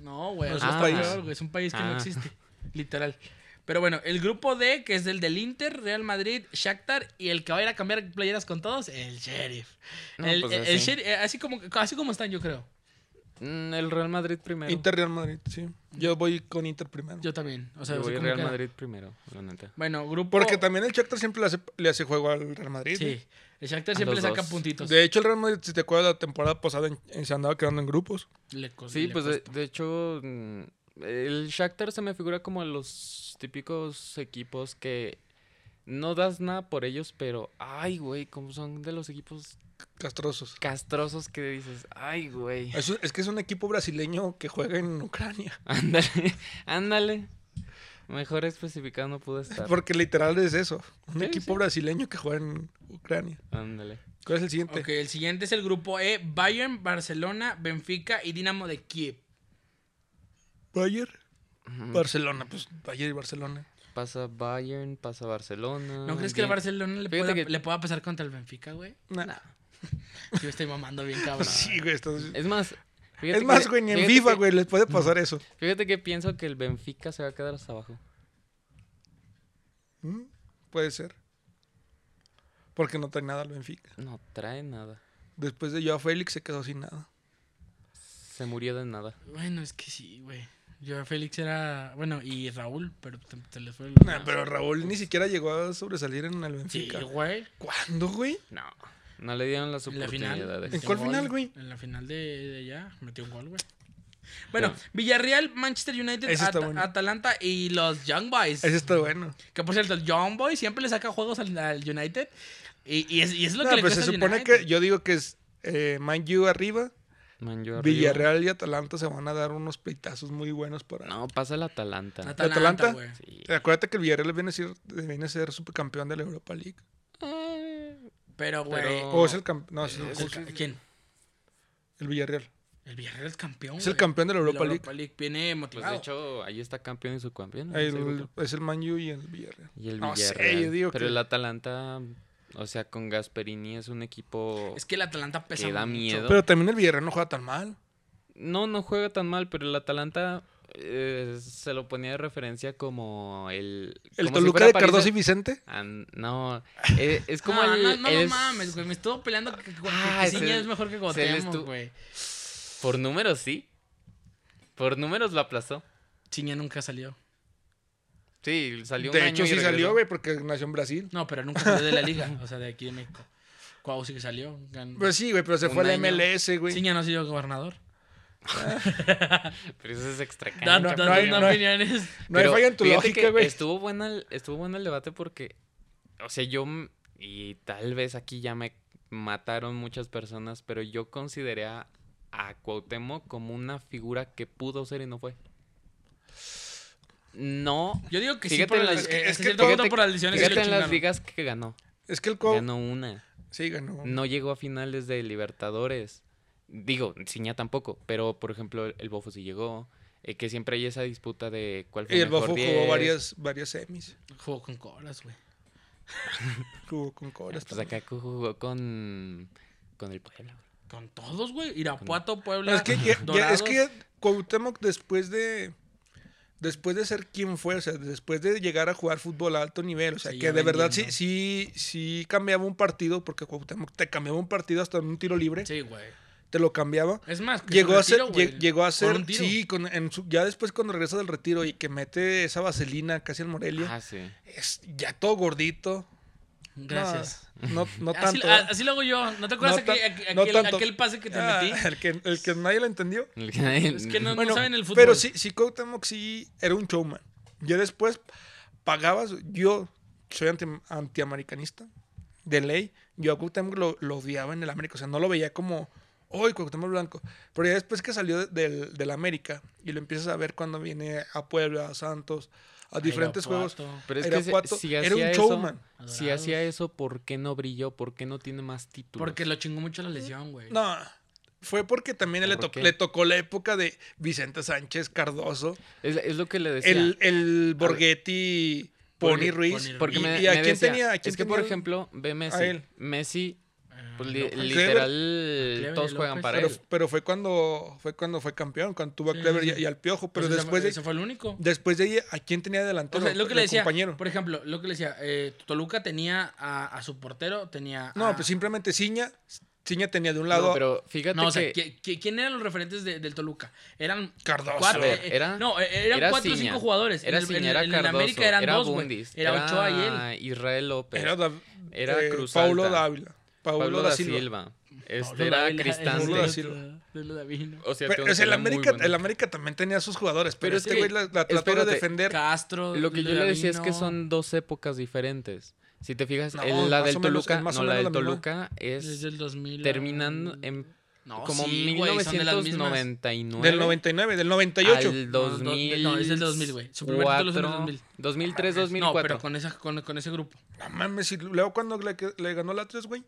S1: No, güey.
S2: No,
S1: es
S2: es
S1: un
S2: un
S1: país.
S2: país.
S1: güey, es un país que no
S3: Ah.
S1: existe. Literal. Pero bueno, el grupo D, que es el del Inter, Real Madrid, Shakhtar y el que va a ir a cambiar playeras con todos, el Sheriff.
S3: No,
S1: el,
S3: pues
S1: el- el
S3: así.
S1: Sheriff, eh, así como, así como están, yo creo.
S3: Mm, el Real Madrid primero.
S2: Inter Real Madrid, sí. Yo voy con Inter primero.
S1: Yo también. O sea,
S3: Yo
S1: así
S3: voy
S1: como
S3: Real
S1: queda.
S3: Madrid primero, la neta.
S1: Bueno, grupo.
S2: Porque también el Shakhtar siempre le hace, le hace juego al Real Madrid. ¿eh?
S1: Sí. El Shakhtar
S3: A
S1: siempre le
S3: los
S1: saca
S3: dos.
S1: puntitos.
S2: De hecho, el Real Madrid, si te acuerdas, la temporada pasada en- en- se andaba quedando en grupos.
S1: Le cos-
S3: Sí,
S1: le
S3: pues de,
S1: costó.
S3: de hecho mm, el Shakhtar se me figura como los típicos equipos que no das nada por ellos, pero ay, güey, como son de los equipos
S2: Castrosos.
S3: castrosos que dices, ay, güey.
S2: Es, un- es que es un equipo brasileño que juega en Ucrania.
S3: (laughs) Ándale, ándale. Mejor especificado no pude estar.
S2: Porque literal es eso. Un
S3: Sí, sí.
S2: equipo brasileño que juega en Ucrania.
S3: Ándale.
S2: ¿Cuál es el siguiente?
S1: Ok, el siguiente es el grupo E: Bayern, Barcelona, Benfica y Dinamo de Kiev.
S2: Bayern.
S3: Ujú.
S2: Barcelona, pues Bayern y Barcelona.
S3: Pasa Bayern, pasa Barcelona.
S1: ¿No crees que el
S3: Ah, bien.
S1: Barcelona le
S3: Fíjate
S1: pueda,
S3: que-
S1: le pueda pasar contra el Benfica, güey?
S2: Nah.
S1: Yo estoy mamando
S3: (laughs)
S1: bien, cabrón.
S2: (laughs) Sí, güey. estás-
S3: Es más, fíjate
S2: Es más,
S3: que-
S2: güey, ni en
S3: fíjate
S2: FIFA,
S3: que-
S2: güey, les puede pasar eso.
S3: Fíjate que pienso que el Benfica se va a quedar hasta abajo.
S2: Mm, Puede ser. Porque no trae nada al Benfica.
S3: No trae nada.
S2: Después de Joao Félix se quedó sin nada.
S3: Se murió de nada.
S1: Bueno, es que sí, güey. Yo Félix era. Bueno, y Raúl, pero te, te les fue el.
S2: Nah, pero Raúl ni siquiera llegó a sobresalir en el
S1: Sí,
S2: Benfica.
S1: güey.
S2: ¿Cuándo, güey?
S3: No. No le dieron las
S1: En la final.
S3: oportunidades.
S1: metió
S2: cuál
S1: un
S2: final, güey?
S1: En la final de, de allá, metió un gol, güey. Bueno, Villarreal, Manchester United,
S2: Ese está
S1: Ata-
S2: bueno.
S1: Atalanta y los Young Boys.
S2: Ese está bueno.
S1: Que por cierto, el Young Boys siempre le saca juegos al, al United. Y, y es, y es lo
S2: Nah,
S1: que le
S2: pues
S1: cuesta
S2: se
S1: al
S2: supone
S1: United.
S2: que yo digo que es eh, Man U arriba,
S3: Man, yo arriba.
S2: Villarreal y Atalanta se van a dar unos pleitazos muy buenos para.
S3: No, pasa el Atalanta.
S1: Atalanta,
S2: Atalanta.
S1: güey.
S3: Sí.
S2: Acuérdate que el Villarreal viene a ser, viene a ser supercampeón de la Europa League.
S3: Eh,
S1: Pero, güey.
S3: Pero-
S2: O es el campeón. No, es el,
S1: es el ca- ¿Quién?
S2: el Villarreal.
S1: El Villarreal es campeón.
S2: Es el
S1: güey.
S2: campeón de la Europa,
S1: La Viene
S3: Pues
S1: motivado.
S3: de hecho, ahí está campeón y subcampeón.
S2: League.
S3: Es el
S2: El-
S3: grupo.
S2: es el Man U y el Villarreal.
S3: Y el
S2: No sé,
S3: Villarreal.
S2: yo digo
S3: Pero
S2: que-
S3: el Atalanta, o sea, con Gasperini es un equipo.
S1: es que el Atalanta pesa
S3: que da
S1: mucho.
S3: miedo.
S2: Pero también el Villarreal no juega tan mal.
S3: No, no juega tan mal, pero el Atalanta eh, se lo ponía de referencia como el. como
S2: El
S3: si
S2: Toluca
S3: fuera
S2: de
S3: París
S2: Cardoso y Vicente.
S3: Ah, no, eh, es como
S1: no,
S3: el.
S1: no, no, no
S3: es-
S1: mames, güey. Me estuvo peleando que, que, que
S3: Ah,
S1: Ciña
S3: se-
S1: es mejor que
S3: se le
S1: Cuauhtémoc,
S3: estu-
S1: güey.
S3: Por números, sí. Por números lo aplazó.
S1: Ciña nunca salió.
S3: Sí, salió un
S2: de
S3: año
S2: hecho,
S3: y
S2: sí
S3: regresó.
S2: salió, güey, porque nació en Brasil.
S1: No, pero nunca salió de la liga, o sea, de aquí de México. Cuau sí que salió. ganó.
S2: Pues sí, güey, pero se
S3: Mm. Un
S2: fue a la
S3: año.
S2: MLS, güey.
S1: Ciña no ha sido gobernador.
S3: Pero eso es extra cancha,
S1: Dando
S3: pero-
S2: no hay-
S1: dando
S2: no hay-
S1: opiniones.
S2: No hay
S3: Pero
S2: falla en tu
S3: fíjate
S2: lógica,
S3: que
S2: güey.
S3: Estuvo bueno el, estuvo bueno el debate porque, o sea, yo, m- y tal vez aquí ya me mataron muchas personas, pero yo consideré a, a Cuauhtémoc como una figura que pudo ser y no fue. No,
S1: Yo digo que sí,
S3: Fíjate
S1: por
S3: en
S1: las,
S3: las-
S1: eh,
S2: es
S1: hasta
S2: que
S1: cierto
S3: fíjate-
S1: punto por las lesiones. sí
S3: fíjate
S1: lo
S3: en las
S1: chingaron.
S3: ligas que ganó.
S2: Es que el Cuau.
S3: Ganó una.
S2: Sí, ganó.
S3: No llegó a finales de Libertadores. Digo, Ciña tampoco, pero por ejemplo el Bofo sí llegó. eh, que siempre hay esa disputa de cuál fue
S2: Y el
S3: mejor
S2: Bafo
S3: 10.
S2: jugó varias, varias semis.
S1: Jugó con colas, güey.
S2: Jugó con
S3: Ah,
S2: Cobras.
S3: Pues
S2: también.
S3: acá cu- jugó con, con el Puebla. güey.
S1: Con todos, güey. Irapuato, Puebla.
S2: No, es que, ya- ya-
S1: Dorados.
S2: es que ya Cuauhtémoc después de después de ser quien fue, o sea, después de llegar a jugar fútbol a alto nivel, o sea,
S1: Sí, ya
S2: que de verdad sí,
S1: vendiendo.
S2: sí, sí cambiaba un partido, porque Cuauhtémoc te cambiaba un partido hasta en un tiro libre,
S1: Sí, güey.
S2: te lo cambiaba.
S1: Es más, que
S2: Llegó
S1: su
S2: a, ser,
S1: retiro, güey,
S2: lle- llegó a
S1: con
S2: ser,
S1: un tiro.
S2: sí, con, en su- ya después cuando regresa del retiro y que mete esa vaselina casi al Morelia,
S3: Ah, sí.
S2: es ya todo gordito,
S1: Gracias.
S2: No, no, no
S1: así,
S2: tanto.
S1: a-
S2: ¿eh?
S1: así lo hago yo. ¿No te acuerdas
S2: No tan-
S1: aquel, aquel-
S2: no
S1: aquel-
S2: tanto.
S1: aquel pase que te
S2: Ah,
S1: metí?
S2: el, que, el que nadie lo entendió.
S1: Es que no, no
S2: Bueno,
S1: saben el fútbol.
S2: Pero sí, sí, Cuauhtémoc sí era un showman. Yo después pagaba su- Yo soy anti, antiamericanista, de ley. Yo a Cuauhtémoc lo, lo odiaba en el América. O sea, no lo veía como, hoy Cuauhtémoc Blanco! Pero ya después que salió de- del, del América y lo empiezas a ver cuando viene a Puebla, a Santos, a diferentes juegos.
S1: Irapuato.
S3: (laughs) Pero es que si-
S2: Irapuato,
S3: si
S2: era un
S3: hacía
S2: showman.
S3: eso, si hacía eso, ¿por qué no brilló? ¿Por qué no tiene más títulos?
S1: Porque lo chingó mucho la lesión, güey.
S2: No, fue porque también le,
S3: ¿Por
S2: to-
S3: qué?
S2: le tocó la época de Vicente Sánchez, Cardoso,
S3: es, es lo que le decía.
S2: el, el Borghetti,
S1: Pony-
S2: Pony Ruiz.
S1: Pony Ruiz.
S3: Porque
S2: ¿Y,
S3: me,
S2: y a
S3: me
S2: quién
S3: decía,
S2: tenía? a quién
S3: es que,
S2: tenía
S3: por
S2: el-
S3: ejemplo, ve Messi.
S2: él.
S3: Messi,
S1: Ah,
S3: pues, li-
S1: López.
S3: literal,
S1: Clever
S3: todos
S1: y
S3: juegan
S1: López.
S3: para
S2: Pero,
S3: él.
S2: pero fue cuando fue cuando fue campeón, cuando tuvo a
S1: Sí,
S2: Clever
S1: sí,
S2: y-
S1: sí.
S2: y, al Piojo,
S1: Pues
S2: pero
S1: ese fue-
S2: después de,
S1: ese fue el único.
S2: después de ahí, ¿a quién tenía delantero?
S1: O sea, lo que le
S2: El
S1: decía,
S2: compañero.
S1: por ejemplo, lo que le decía, eh, Toluca tenía a, a su portero, tenía
S2: No,
S1: a-
S2: pues simplemente Ciña, Ciña tenía de un lado
S3: No, pero fíjate
S1: No, o sea,
S3: que
S1: ¿qui- qui- ¿quién eran los referentes de- del Toluca? Eran
S2: Cardoso.
S1: cuatro,
S3: A ver,
S1: eh,
S3: era-
S1: no, eh, eran
S3: era
S1: cuatro o
S3: Ciña.
S1: cinco jugadores.
S3: era
S1: en el, en
S3: Ciña,
S1: el-
S3: era
S1: en el
S3: Cardoso,
S1: América eran
S3: era
S1: dos, güey.
S3: Bundis,
S1: Era Ochoa y él.
S3: Israel López.
S2: era, Da-
S3: era Cruz
S2: eh, Paulo
S3: Alta.
S2: Dávila, Paulo,
S3: Paulo
S2: da
S3: da
S2: Silva.
S3: Silva. Este
S1: Pablo
S3: era
S1: Dávila,
S3: Cristante.
S2: Paulo
S1: el
S2: da
S1: otro,
S2: Silva.
S1: Pablo Dávila.
S3: O sea,
S2: Pero,
S3: tengo
S2: o sea, el
S3: una muy
S2: América,
S3: buena.
S2: el América también tenía sus jugadores, pero,
S3: Pero es
S2: este
S3: que-
S2: güey la, la trató de
S3: espérate.
S2: defender.
S1: Castro.
S3: Lo que yo
S1: Dávila
S3: le decía es que
S1: Vino.
S3: son dos épocas diferentes. Si te fijas,
S2: No,
S3: el- la
S2: más
S3: del
S2: o menos-
S3: Toluca,
S2: es más o
S3: no, la del
S2: menos la misma.
S3: Toluca es
S1: Desde el 2000.
S3: terminando en
S1: um, No,
S3: como
S1: Oh, sí, güey, son de las mismas.
S3: 1999
S2: Del 99, del 98.
S3: al
S1: No, no,
S3: 2000.
S1: no, es del 2000, güey. Su primer título es en el 2000.
S3: 2003,
S1: No,
S3: 2004.
S1: pero con, esa, con, con ese grupo.
S2: No mames, y luego cuando le, le ganó la 3, güey.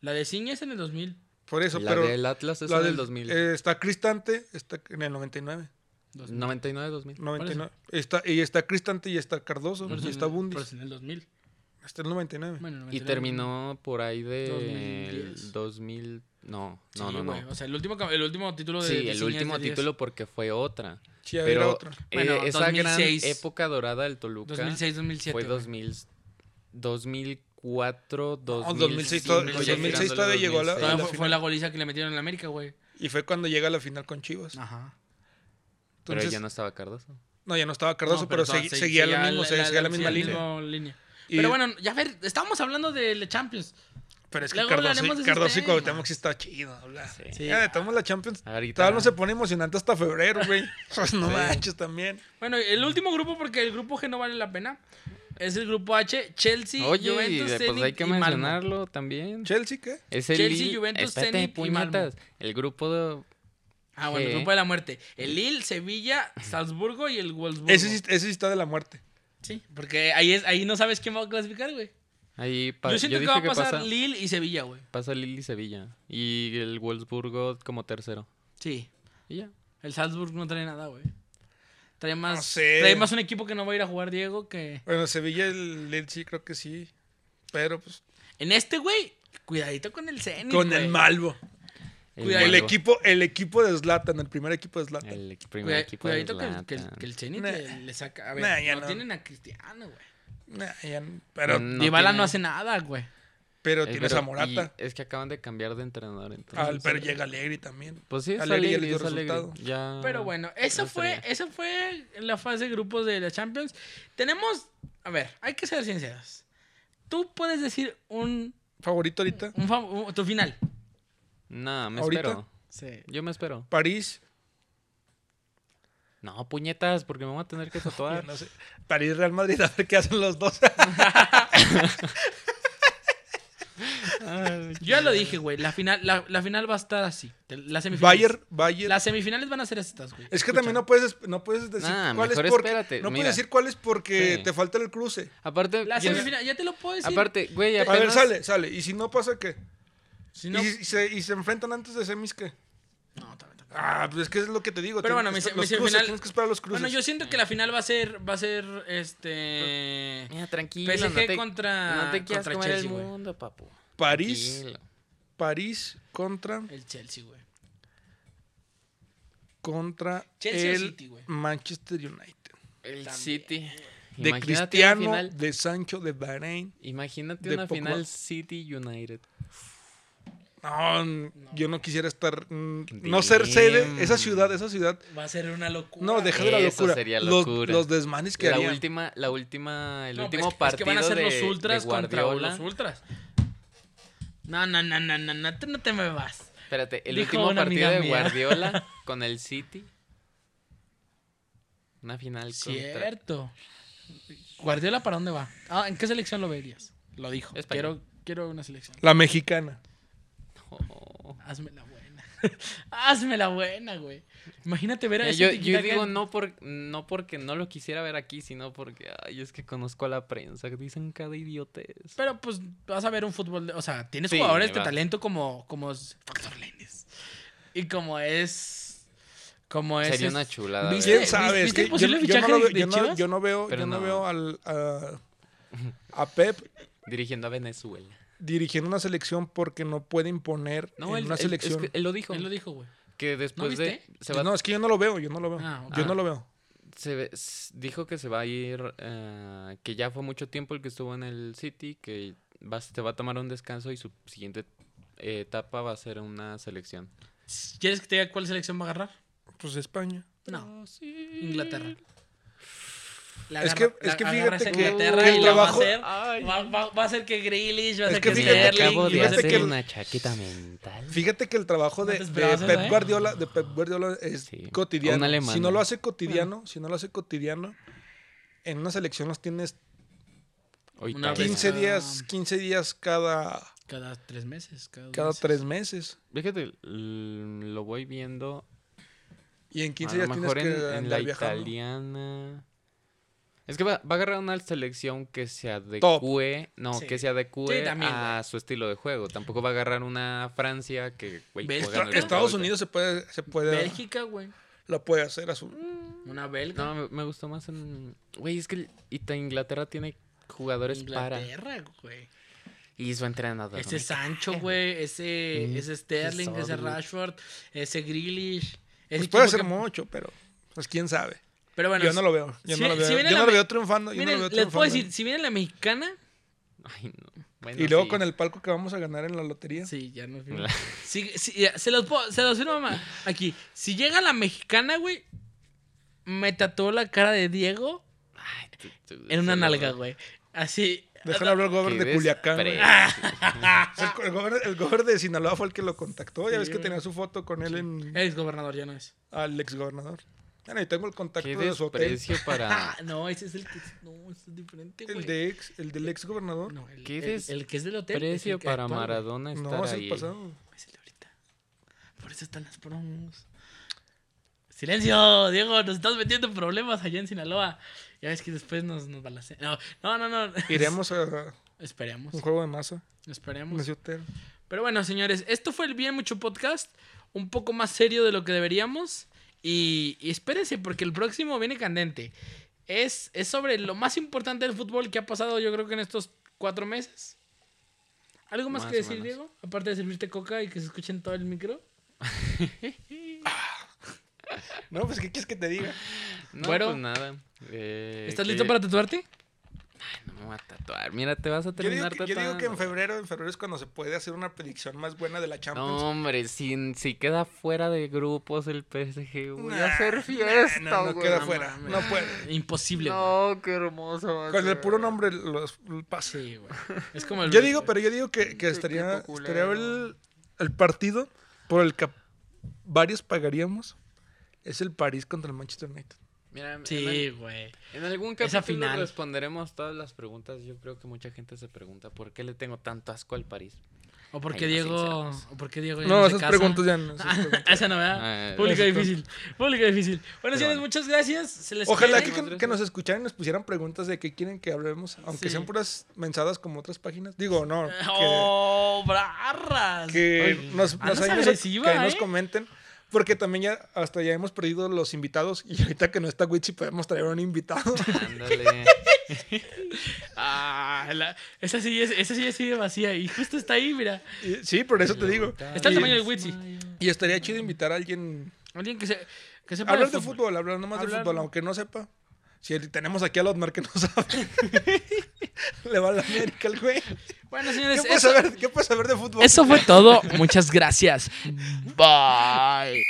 S1: La de Ciña es en el 2000.
S2: Por eso,
S3: la
S2: pero
S3: del Atlas es
S2: la
S3: en
S2: del-
S3: el 2000.
S2: eh, está Cristante, está en el 99.
S1: 2000.
S3: 99, 2000.
S2: 99. Está, y está Cristante y está Cardoso
S1: Pero es
S2: y
S1: en-
S2: está Bundis.
S1: pero es en el 2000.
S2: Hasta el 99.
S1: Bueno,
S3: Y
S1: 99.
S3: terminó por ahí del
S1: 2010.
S3: 2000. No,
S1: Sí,
S3: no, no.
S1: güey,
S3: no.
S1: O sea, el último, cam- el último título de.
S3: Sí,
S1: de Ciña
S3: el
S1: es
S3: último
S1: de 10.
S3: título porque fue otra.
S2: Sí, había
S3: Pero
S2: otra.
S3: eh,
S1: Bueno,
S3: esa
S1: 2006.
S3: gran época dorada del Toluca
S1: 2006, 2007.
S3: fue
S1: güey.
S3: 2000, 2004, 2005.
S2: 2006
S1: todavía-
S3: ya
S1: 2006
S3: tirándole
S2: todavía llegó a la-
S1: Todavía
S3: 2006.
S1: Ah, fue,
S2: final.
S1: fue la goliza que le metieron en la América, güey.
S2: Y fue cuando llega a la final con Chivas.
S1: Ajá.
S3: Pero
S2: Entonces,
S3: ya no
S2: no...
S3: estaba Cardoso.
S2: ya no estaba Cardoso,
S1: No,
S2: pero,
S1: todas
S2: segui-
S1: se-
S2: seguía, lo mismo, seguía, la misma
S1: seguía
S2: línea.
S1: la misma línea.
S2: Y-
S1: Pero bueno, ya ver, estábamos hablando de la Champions.
S2: Pero es que
S1: luego
S2: Cardoso,
S1: hablaremos de
S2: y-
S1: esos
S2: Cardoso y
S1: temas.
S2: Cuauhtémoc sí está chido. habla.
S1: Sí.
S2: Ya de todos la Champions.
S3: Ahorita-
S2: Tal no se pone emocionante hasta febrero,
S3: (laughs)
S2: güey. Pues no manches también.
S1: Bueno, el último grupo, porque el grupo G no vale la pena, es el grupo H, Chelsea,
S3: Oye,
S1: Juventus,
S3: pues
S1: Zenit
S3: hay que
S1: y Malmo.
S3: mencionarlo también.
S2: Chelsea, ¿qué?
S3: Es el
S1: Chelsea,
S3: Lille-
S1: Juventus,
S3: espérate,
S1: Zenit y Malmo.
S3: puñetas. El grupo de...
S1: Ah, bueno, el
S3: G.
S1: grupo de la muerte. El Lille, Sevilla, Salzburgo y el Wolfsburgo.
S2: Ese sí, ese sí está de la muerte.
S1: Sí, porque ahí, es, ahí no sabes quién va a clasificar, güey.
S3: Ahí pa-
S1: Yo siento
S3: yo
S1: que
S3: dije
S1: va a pasar
S3: pasa,
S1: Lille y Sevilla, güey.
S3: pasa Lille y Sevilla. Y el Wolfsburgo como tercero.
S1: Sí.
S3: Y ya.
S1: El Salzburg no trae nada, güey. Trae más,
S2: sé.
S1: trae más un equipo que no va a ir a jugar Diego que...
S2: Bueno, Sevilla, el Lille sí, creo que sí. Pero pues.
S1: En este, güey, cuidadito con el Zenit,
S2: Con el
S1: güey.
S2: Malvo.
S1: Cuidado.
S2: El
S1: Malvo.
S2: equipo, el equipo de Zlatan, el primer equipo de Zlatan.
S3: El primer
S1: Cuida-
S3: equipo de
S1: cuidadito que, el- que el-
S3: Zlatan.
S1: que el Zenit
S2: Nah.
S1: le, le saca... A ver,
S2: Nah, ya
S1: no,
S2: no.
S1: tienen a Cristiano, güey.
S2: Nah, ya no- pero
S3: Mm,
S1: Dybala
S3: tiene-
S1: no hace nada, güey.
S2: pero
S3: Eh,
S2: tienes
S3: pero-
S2: a Morata.
S3: y Es que acaban de cambiar de entrenador, entonces. eh,
S2: Al, pero llega Alegri también.
S3: Pues sí, es
S2: Alegre
S3: Alegre,
S2: ya les dio
S3: es Alegre.
S2: resultado.
S3: Ya-
S1: Pero bueno, esa
S3: Ah, no
S1: fue,
S3: estaría.
S1: esa fue la fase de grupos de la Champions. Tenemos, a ver, hay que ser sinceros. Tú puedes decir un,
S2: Favorito ahorita.
S1: un fa- un- tu final.
S3: No, me
S2: ¿Ahorita?
S3: espero.
S1: Sí.
S3: Yo me espero.
S2: París.
S3: No, puñetas, porque me voy a tener que tatuar.
S2: (laughs) No sé. París Real Madrid, (laughs) a ver qué hacen los dos.
S3: Ay,
S1: Yo ya lo dije, güey. La final, la, la final va a estar así. Te- Las semifinales.
S2: Bayern, Bayern.
S1: Las semifinales van a ser estas, güey.
S2: Es que también no puedes, no puedes decir
S3: Nah,
S2: cuál es
S3: mejor
S2: porque.
S3: espérate,
S2: No
S3: mira.
S2: puedes decir cuál es porque
S3: Sí.
S2: te falta el cruce.
S3: Aparte,
S1: La
S3: ya-
S1: semifinal, ya te lo puedo decir.
S3: aparte, güey,
S2: A ver,
S3: apenas-
S2: sale, sale. Y si no pasa, ¿qué?
S1: Si no-
S2: Y, y se, y se enfrentan antes de semis, ¿qué?
S1: no, también, también.
S2: Ah, pues es que es lo que te digo.
S1: Pero bueno,
S2: tienes
S1: mi,
S2: que
S1: se-
S2: estar-
S1: mi
S2: los cruces,
S1: semifinal.
S2: Tienes que esperar los cruces.
S1: Bueno, yo siento que la final va a ser, va a ser, este.
S3: Mira, tranquilo.
S1: PSG
S3: no te,
S1: contra.
S3: no te quieras
S1: contra
S3: comer
S1: Chelsea,
S3: el
S1: güey.
S3: mundo, papu.
S2: París,
S3: Tranquilo.
S2: París contra,
S1: El Chelsea, güey.
S2: contra
S1: Chelsea o
S2: el
S1: City, güey.
S2: Manchester United.
S3: El
S1: También.
S3: City. Imagínate
S2: De
S3: una
S2: Cristiano,
S3: final-
S2: de Sancho, de Bahrein.
S3: imagínate
S2: de
S3: una
S2: Pogba.
S3: final City United.
S2: No, n- yo no quisiera estar. mm, No ser sede. Esa ciudad, esa ciudad.
S1: Va a ser una locura.
S2: No, deja de la
S3: Eso
S2: locura.
S3: sería
S2: Los-
S3: locura.
S2: Los, desmanes que
S3: la
S2: harían.
S3: última, la última, el
S1: No, pues,
S3: último
S1: es que-
S3: partido
S1: es que van a ser
S3: de,
S1: los ultras
S3: de
S1: contra
S3: Guardiola.
S1: los ultras. No, no, no, no, no, no, tú no te me vas.
S3: Espérate, el
S1: Dijo
S3: último
S1: una
S3: partido
S1: amiga
S3: de
S1: mía. (laughs)
S3: Guardiola con el City. Una final contra
S1: Cierto. Guardiola, ¿para dónde va? Ah, ¿En qué selección lo verías? Lo dijo.
S3: Español.
S1: Quiero, quiero una selección.
S2: La mexicana.
S3: Oh.
S1: Hazme la buena. (laughs) Hazme la buena, güey. Imagínate ver a
S3: Mira,
S1: ese
S3: yo, yo
S1: tiquitaca
S3: digo
S1: en-
S3: no, por, no porque no lo quisiera ver aquí, sino porque ay, es que conozco a la prensa, que dicen cada idiotez.
S1: Pero pues vas a ver un fútbol. de- o sea, tienes
S3: Sí,
S1: jugadores de
S3: vas.
S1: talento como, como es Factor Lenes. Y como es. Como es.
S3: Sería
S1: es-
S3: una chulada.
S1: ¿viste?
S3: ver.
S2: ¿Quién sabe? Es
S1: ¿Viste el
S2: que yo,
S1: posible
S2: yo no
S1: fichaje
S2: lo veo,
S1: de
S2: yo no,
S1: Chivas?
S2: yo no veo, yo
S3: Pero
S2: no
S3: no.
S2: veo al, a, a Pep
S3: Dirigiendo a Venezuela.
S2: dirigiendo una selección porque no puede imponer
S3: No,
S2: en
S3: él,
S2: una
S3: él- es
S2: selección.
S3: que él lo dijo.
S1: Él lo dijo, güey.
S3: Que después de...
S1: viste?
S3: Se va,
S2: Pues No, es que yo no lo veo, yo no lo veo.
S1: Ah, ok.
S2: Yo
S3: Ah.
S2: no lo veo.
S3: se ve- s- dijo que se va a ir, eh, que ya fue mucho tiempo el que estuvo en el City, que va, se va a tomar un descanso y su siguiente eh, etapa va a ser una selección.
S1: ¿Quieres que te diga cuál selección va a agarrar?
S2: Pues España.
S1: No. Inglaterra. La
S2: Es
S1: agarra-
S2: que- es
S1: la
S2: que
S1: agarras
S2: fíjate
S1: en
S2: que-
S1: Inglaterra
S2: que
S1: y
S2: el
S1: la
S2: trabajo-
S1: va a hacer. Va, va- va a hacer que Grealish, va a
S2: Es
S1: hacer
S2: que
S1: que,
S2: fíjate que-
S1: Sterling.
S3: acabo
S2: y
S3: de
S1: va a hacer
S3: hacer
S2: que-
S3: una chaqueta mental.
S2: Fíjate que el trabajo
S1: No
S2: de,
S1: te
S2: de
S1: esperabas eso,
S2: Pep
S1: ¿eh?
S2: Guardiola, de Pep Guardiola es
S3: Sí, un
S2: cotidiano.
S3: alemán,
S2: Si no
S3: ¿no?
S2: lo hace cotidiano, si no lo hace cotidiano, en una selección las tienes
S3: Hoy
S1: Una
S3: tal.
S1: vez.
S2: 15
S1: Ah.
S2: días, 15 días cada,
S1: Cada tres meses. Cada, dos
S2: cada
S1: meses.
S2: tres meses.
S3: Fíjate, l- lo voy viendo.
S2: Y en 15
S3: a
S2: días
S3: lo
S2: tienes
S3: mejor
S2: que
S3: en, en la
S2: andar viajando.
S3: italiana. Es que va, va a agarrar una selección que se adecue. No,
S1: Sí.
S3: que se adecue
S1: Sí, también,
S3: a
S1: güey.
S3: su estilo de juego. Tampoco va a agarrar una Francia que. güey,
S1: Ves,
S3: juega en
S1: Estra-
S3: el
S2: Estados
S3: golpe.
S2: Unidos se puede, se puede,
S1: Bélgica, güey.
S2: lo puede hacer a su- pues
S1: Una belga.
S3: No, me, me gustó más en. Güey, es que el- Ita- Inglaterra tiene jugadores para.
S1: Inglaterra, güey.
S3: Y su entrenador.
S1: Ese
S3: ¿no?
S1: Sancho, güey. Ese,
S3: Mm,
S1: ese Sterling,
S3: qué
S1: ese
S3: sabor.
S1: Rashford, ese Grealish. Ese
S2: Pues puede
S1: equipo
S2: hacer
S1: que-
S2: mucho, pero pues quién sabe.
S1: Pero bueno,
S2: yo no lo veo. Yo
S1: si-
S2: no lo
S1: si
S2: veo,
S1: viene
S2: yo
S1: la
S2: no lo
S1: me-
S2: veo triunfando. yo no
S1: miren,
S2: lo veo
S1: les puedo
S2: triunfando. ¿eh?
S1: decir, si viene la mexicana,
S3: Ay, no. Bueno,
S2: Y luego
S3: sí.
S2: con el palco que vamos a ganar en la lotería.
S1: sí, ya
S2: (laughs)
S1: nos vimos. Sí, sí, ya, se los puedo, se los firmo ma- aquí. Si llega la mexicana, güey, me tatuó la cara de Diego
S3: (laughs) Ay, tú- tú-
S1: (laughs) en una
S3: se lo-
S1: nalga, güey. Así. Ah,
S2: Déjale hablar al
S3: Qué
S2: gobernador de Culiacán. güey. Ah,
S3: desprecio.
S2: O sea, El gobernador el gober de Sinaloa fue el que lo contactó. Ya
S1: Sí, Eh.
S2: ves que
S1: güey.
S2: tenía su foto con él en
S1: Ex gobernador, ya no es.
S2: al ex gobernador. Bueno, y tengo el contacto
S3: Qué
S2: de su hotel.
S3: desprecio para.
S1: (laughs) Ah, no, ese es el que. No, ese es diferente, güey.
S2: El de ex, el del ex gobernador. No,
S1: No, el,
S3: ¿Qué
S1: el-
S3: des-
S1: el que es del hotel. es el
S3: (laughs) Precio
S1: que
S3: para
S1: actual, güey.
S3: Maradona estar
S2: es el
S3: ahí.
S2: pasado.
S1: Es el de ahorita. Por eso están las promos. Silencio, Diego, nos estás metiendo en problemas allá en Sinaloa. Ya ves que después nos, nos balacean. No, no, no, (laughs) no.
S2: Iremos a
S1: Esperemos,
S2: un juego de masa. en
S1: esperemos.
S2: ese hotel.
S1: Pero bueno, señores, esto fue el Bien Mucho Podcast. Un poco más serio de lo que deberíamos. Y, y espérense, porque el próximo viene candente. Es, es sobre lo más importante del fútbol que ha pasado, yo creo que en estos cuatro meses. ¿Algo más,
S3: Más
S1: que
S3: o
S1: decir,
S3: menos.
S1: Diego? Aparte de servirte coca y que se escuche en todo el micro.
S2: No, pues, ¿qué quieres que te diga?
S3: No,
S1: Bueno.
S3: pues nada. Eh,
S1: ¿Estás
S3: que-
S1: listo para tatuarte?
S3: Ay, no me voy a tatuar. Mira, te vas a
S2: Yo digo,
S3: terminar
S2: que, yo digo que en
S3: tatuando.
S2: febrero, en febrero es cuando se puede hacer una predicción más buena de la Champions.
S3: No, hombre, si, si queda fuera de grupos el PSG, voy
S2: Nah,
S3: a hacer
S2: nah,
S3: fiesta,
S2: no, no
S3: güey.
S2: queda
S1: No
S2: fuera,
S1: mames.
S2: no puede.
S1: Imposible. güey.
S3: No, qué hermoso va a
S2: Con el
S3: ser.
S2: puro nombre los el pase.
S1: Sí, güey. Es como el.
S2: Yo digo, pero yo digo que, que estaría,
S3: equipo
S2: estaría
S3: culero.
S2: el, el partido por el que varios pagaríamos. Es el París contra el Manchester United.
S3: Mira, en,
S1: Sí,
S3: al-
S1: güey.
S3: en algún
S1: Esa
S3: capítulo
S1: final.
S3: responderemos todas las preguntas. Yo creo que mucha gente se pregunta por qué le tengo tanto asco
S1: (laughs)
S3: al París.
S1: O porque
S3: Ay, no,
S1: Diego.
S3: sinceros.
S1: O porque Diego. ya
S2: No,
S1: se
S2: esas
S1: casa.
S2: preguntas
S1: (laughs)
S2: ya no. esas
S1: Ah,
S2: preguntas.
S1: Esa no, ¿verdad?
S2: eh,
S3: Ah,
S1: Público
S2: exacto.
S1: difícil. Público difícil. Bueno, señores,
S3: bueno.
S1: muchas gracias. Se les
S2: Ojalá
S1: quiere.
S2: que, que nos escucharan y nos pusieran preguntas de qué quieren que hablemos, aunque
S1: Sí.
S2: sean puras mensadas como otras páginas. Digo,
S1: (laughs)
S2: no. que-
S1: ¡Oh, barras!
S2: que
S1: Oye,
S2: nos,
S1: andas
S2: nos, ahí nos-
S1: agresiva,
S2: que ahí nos
S1: ¿eh?
S2: comenten. Porque también ya hasta ya hemos perdido los invitados y ahorita que no está Wichi podemos traer un invitado. (laughs)
S3: Ándale.
S1: Ah, la- esa sí es, esa sí es sí, vacía. Y justo está ahí, mira.
S2: Y- sí, por eso te digo.
S1: Está el
S2: Y-
S1: tamaño del Witsi.
S2: Y estaría chido invitar a alguien
S1: Alguien que se. Que sepa
S2: Hablar de fútbol, hablar nomás de
S1: Hablar-
S2: fútbol, aunque no sepa. Si tenemos aquí a Lotmar que no (laughs) sabe, le va a la América el güey.
S1: Bueno,
S2: ¿Qué
S1: señores,
S2: puedes,
S1: eso,
S2: saber, ¿Qué puedes saber de fútbol?
S1: eso fue todo. Muchas gracias. Bye.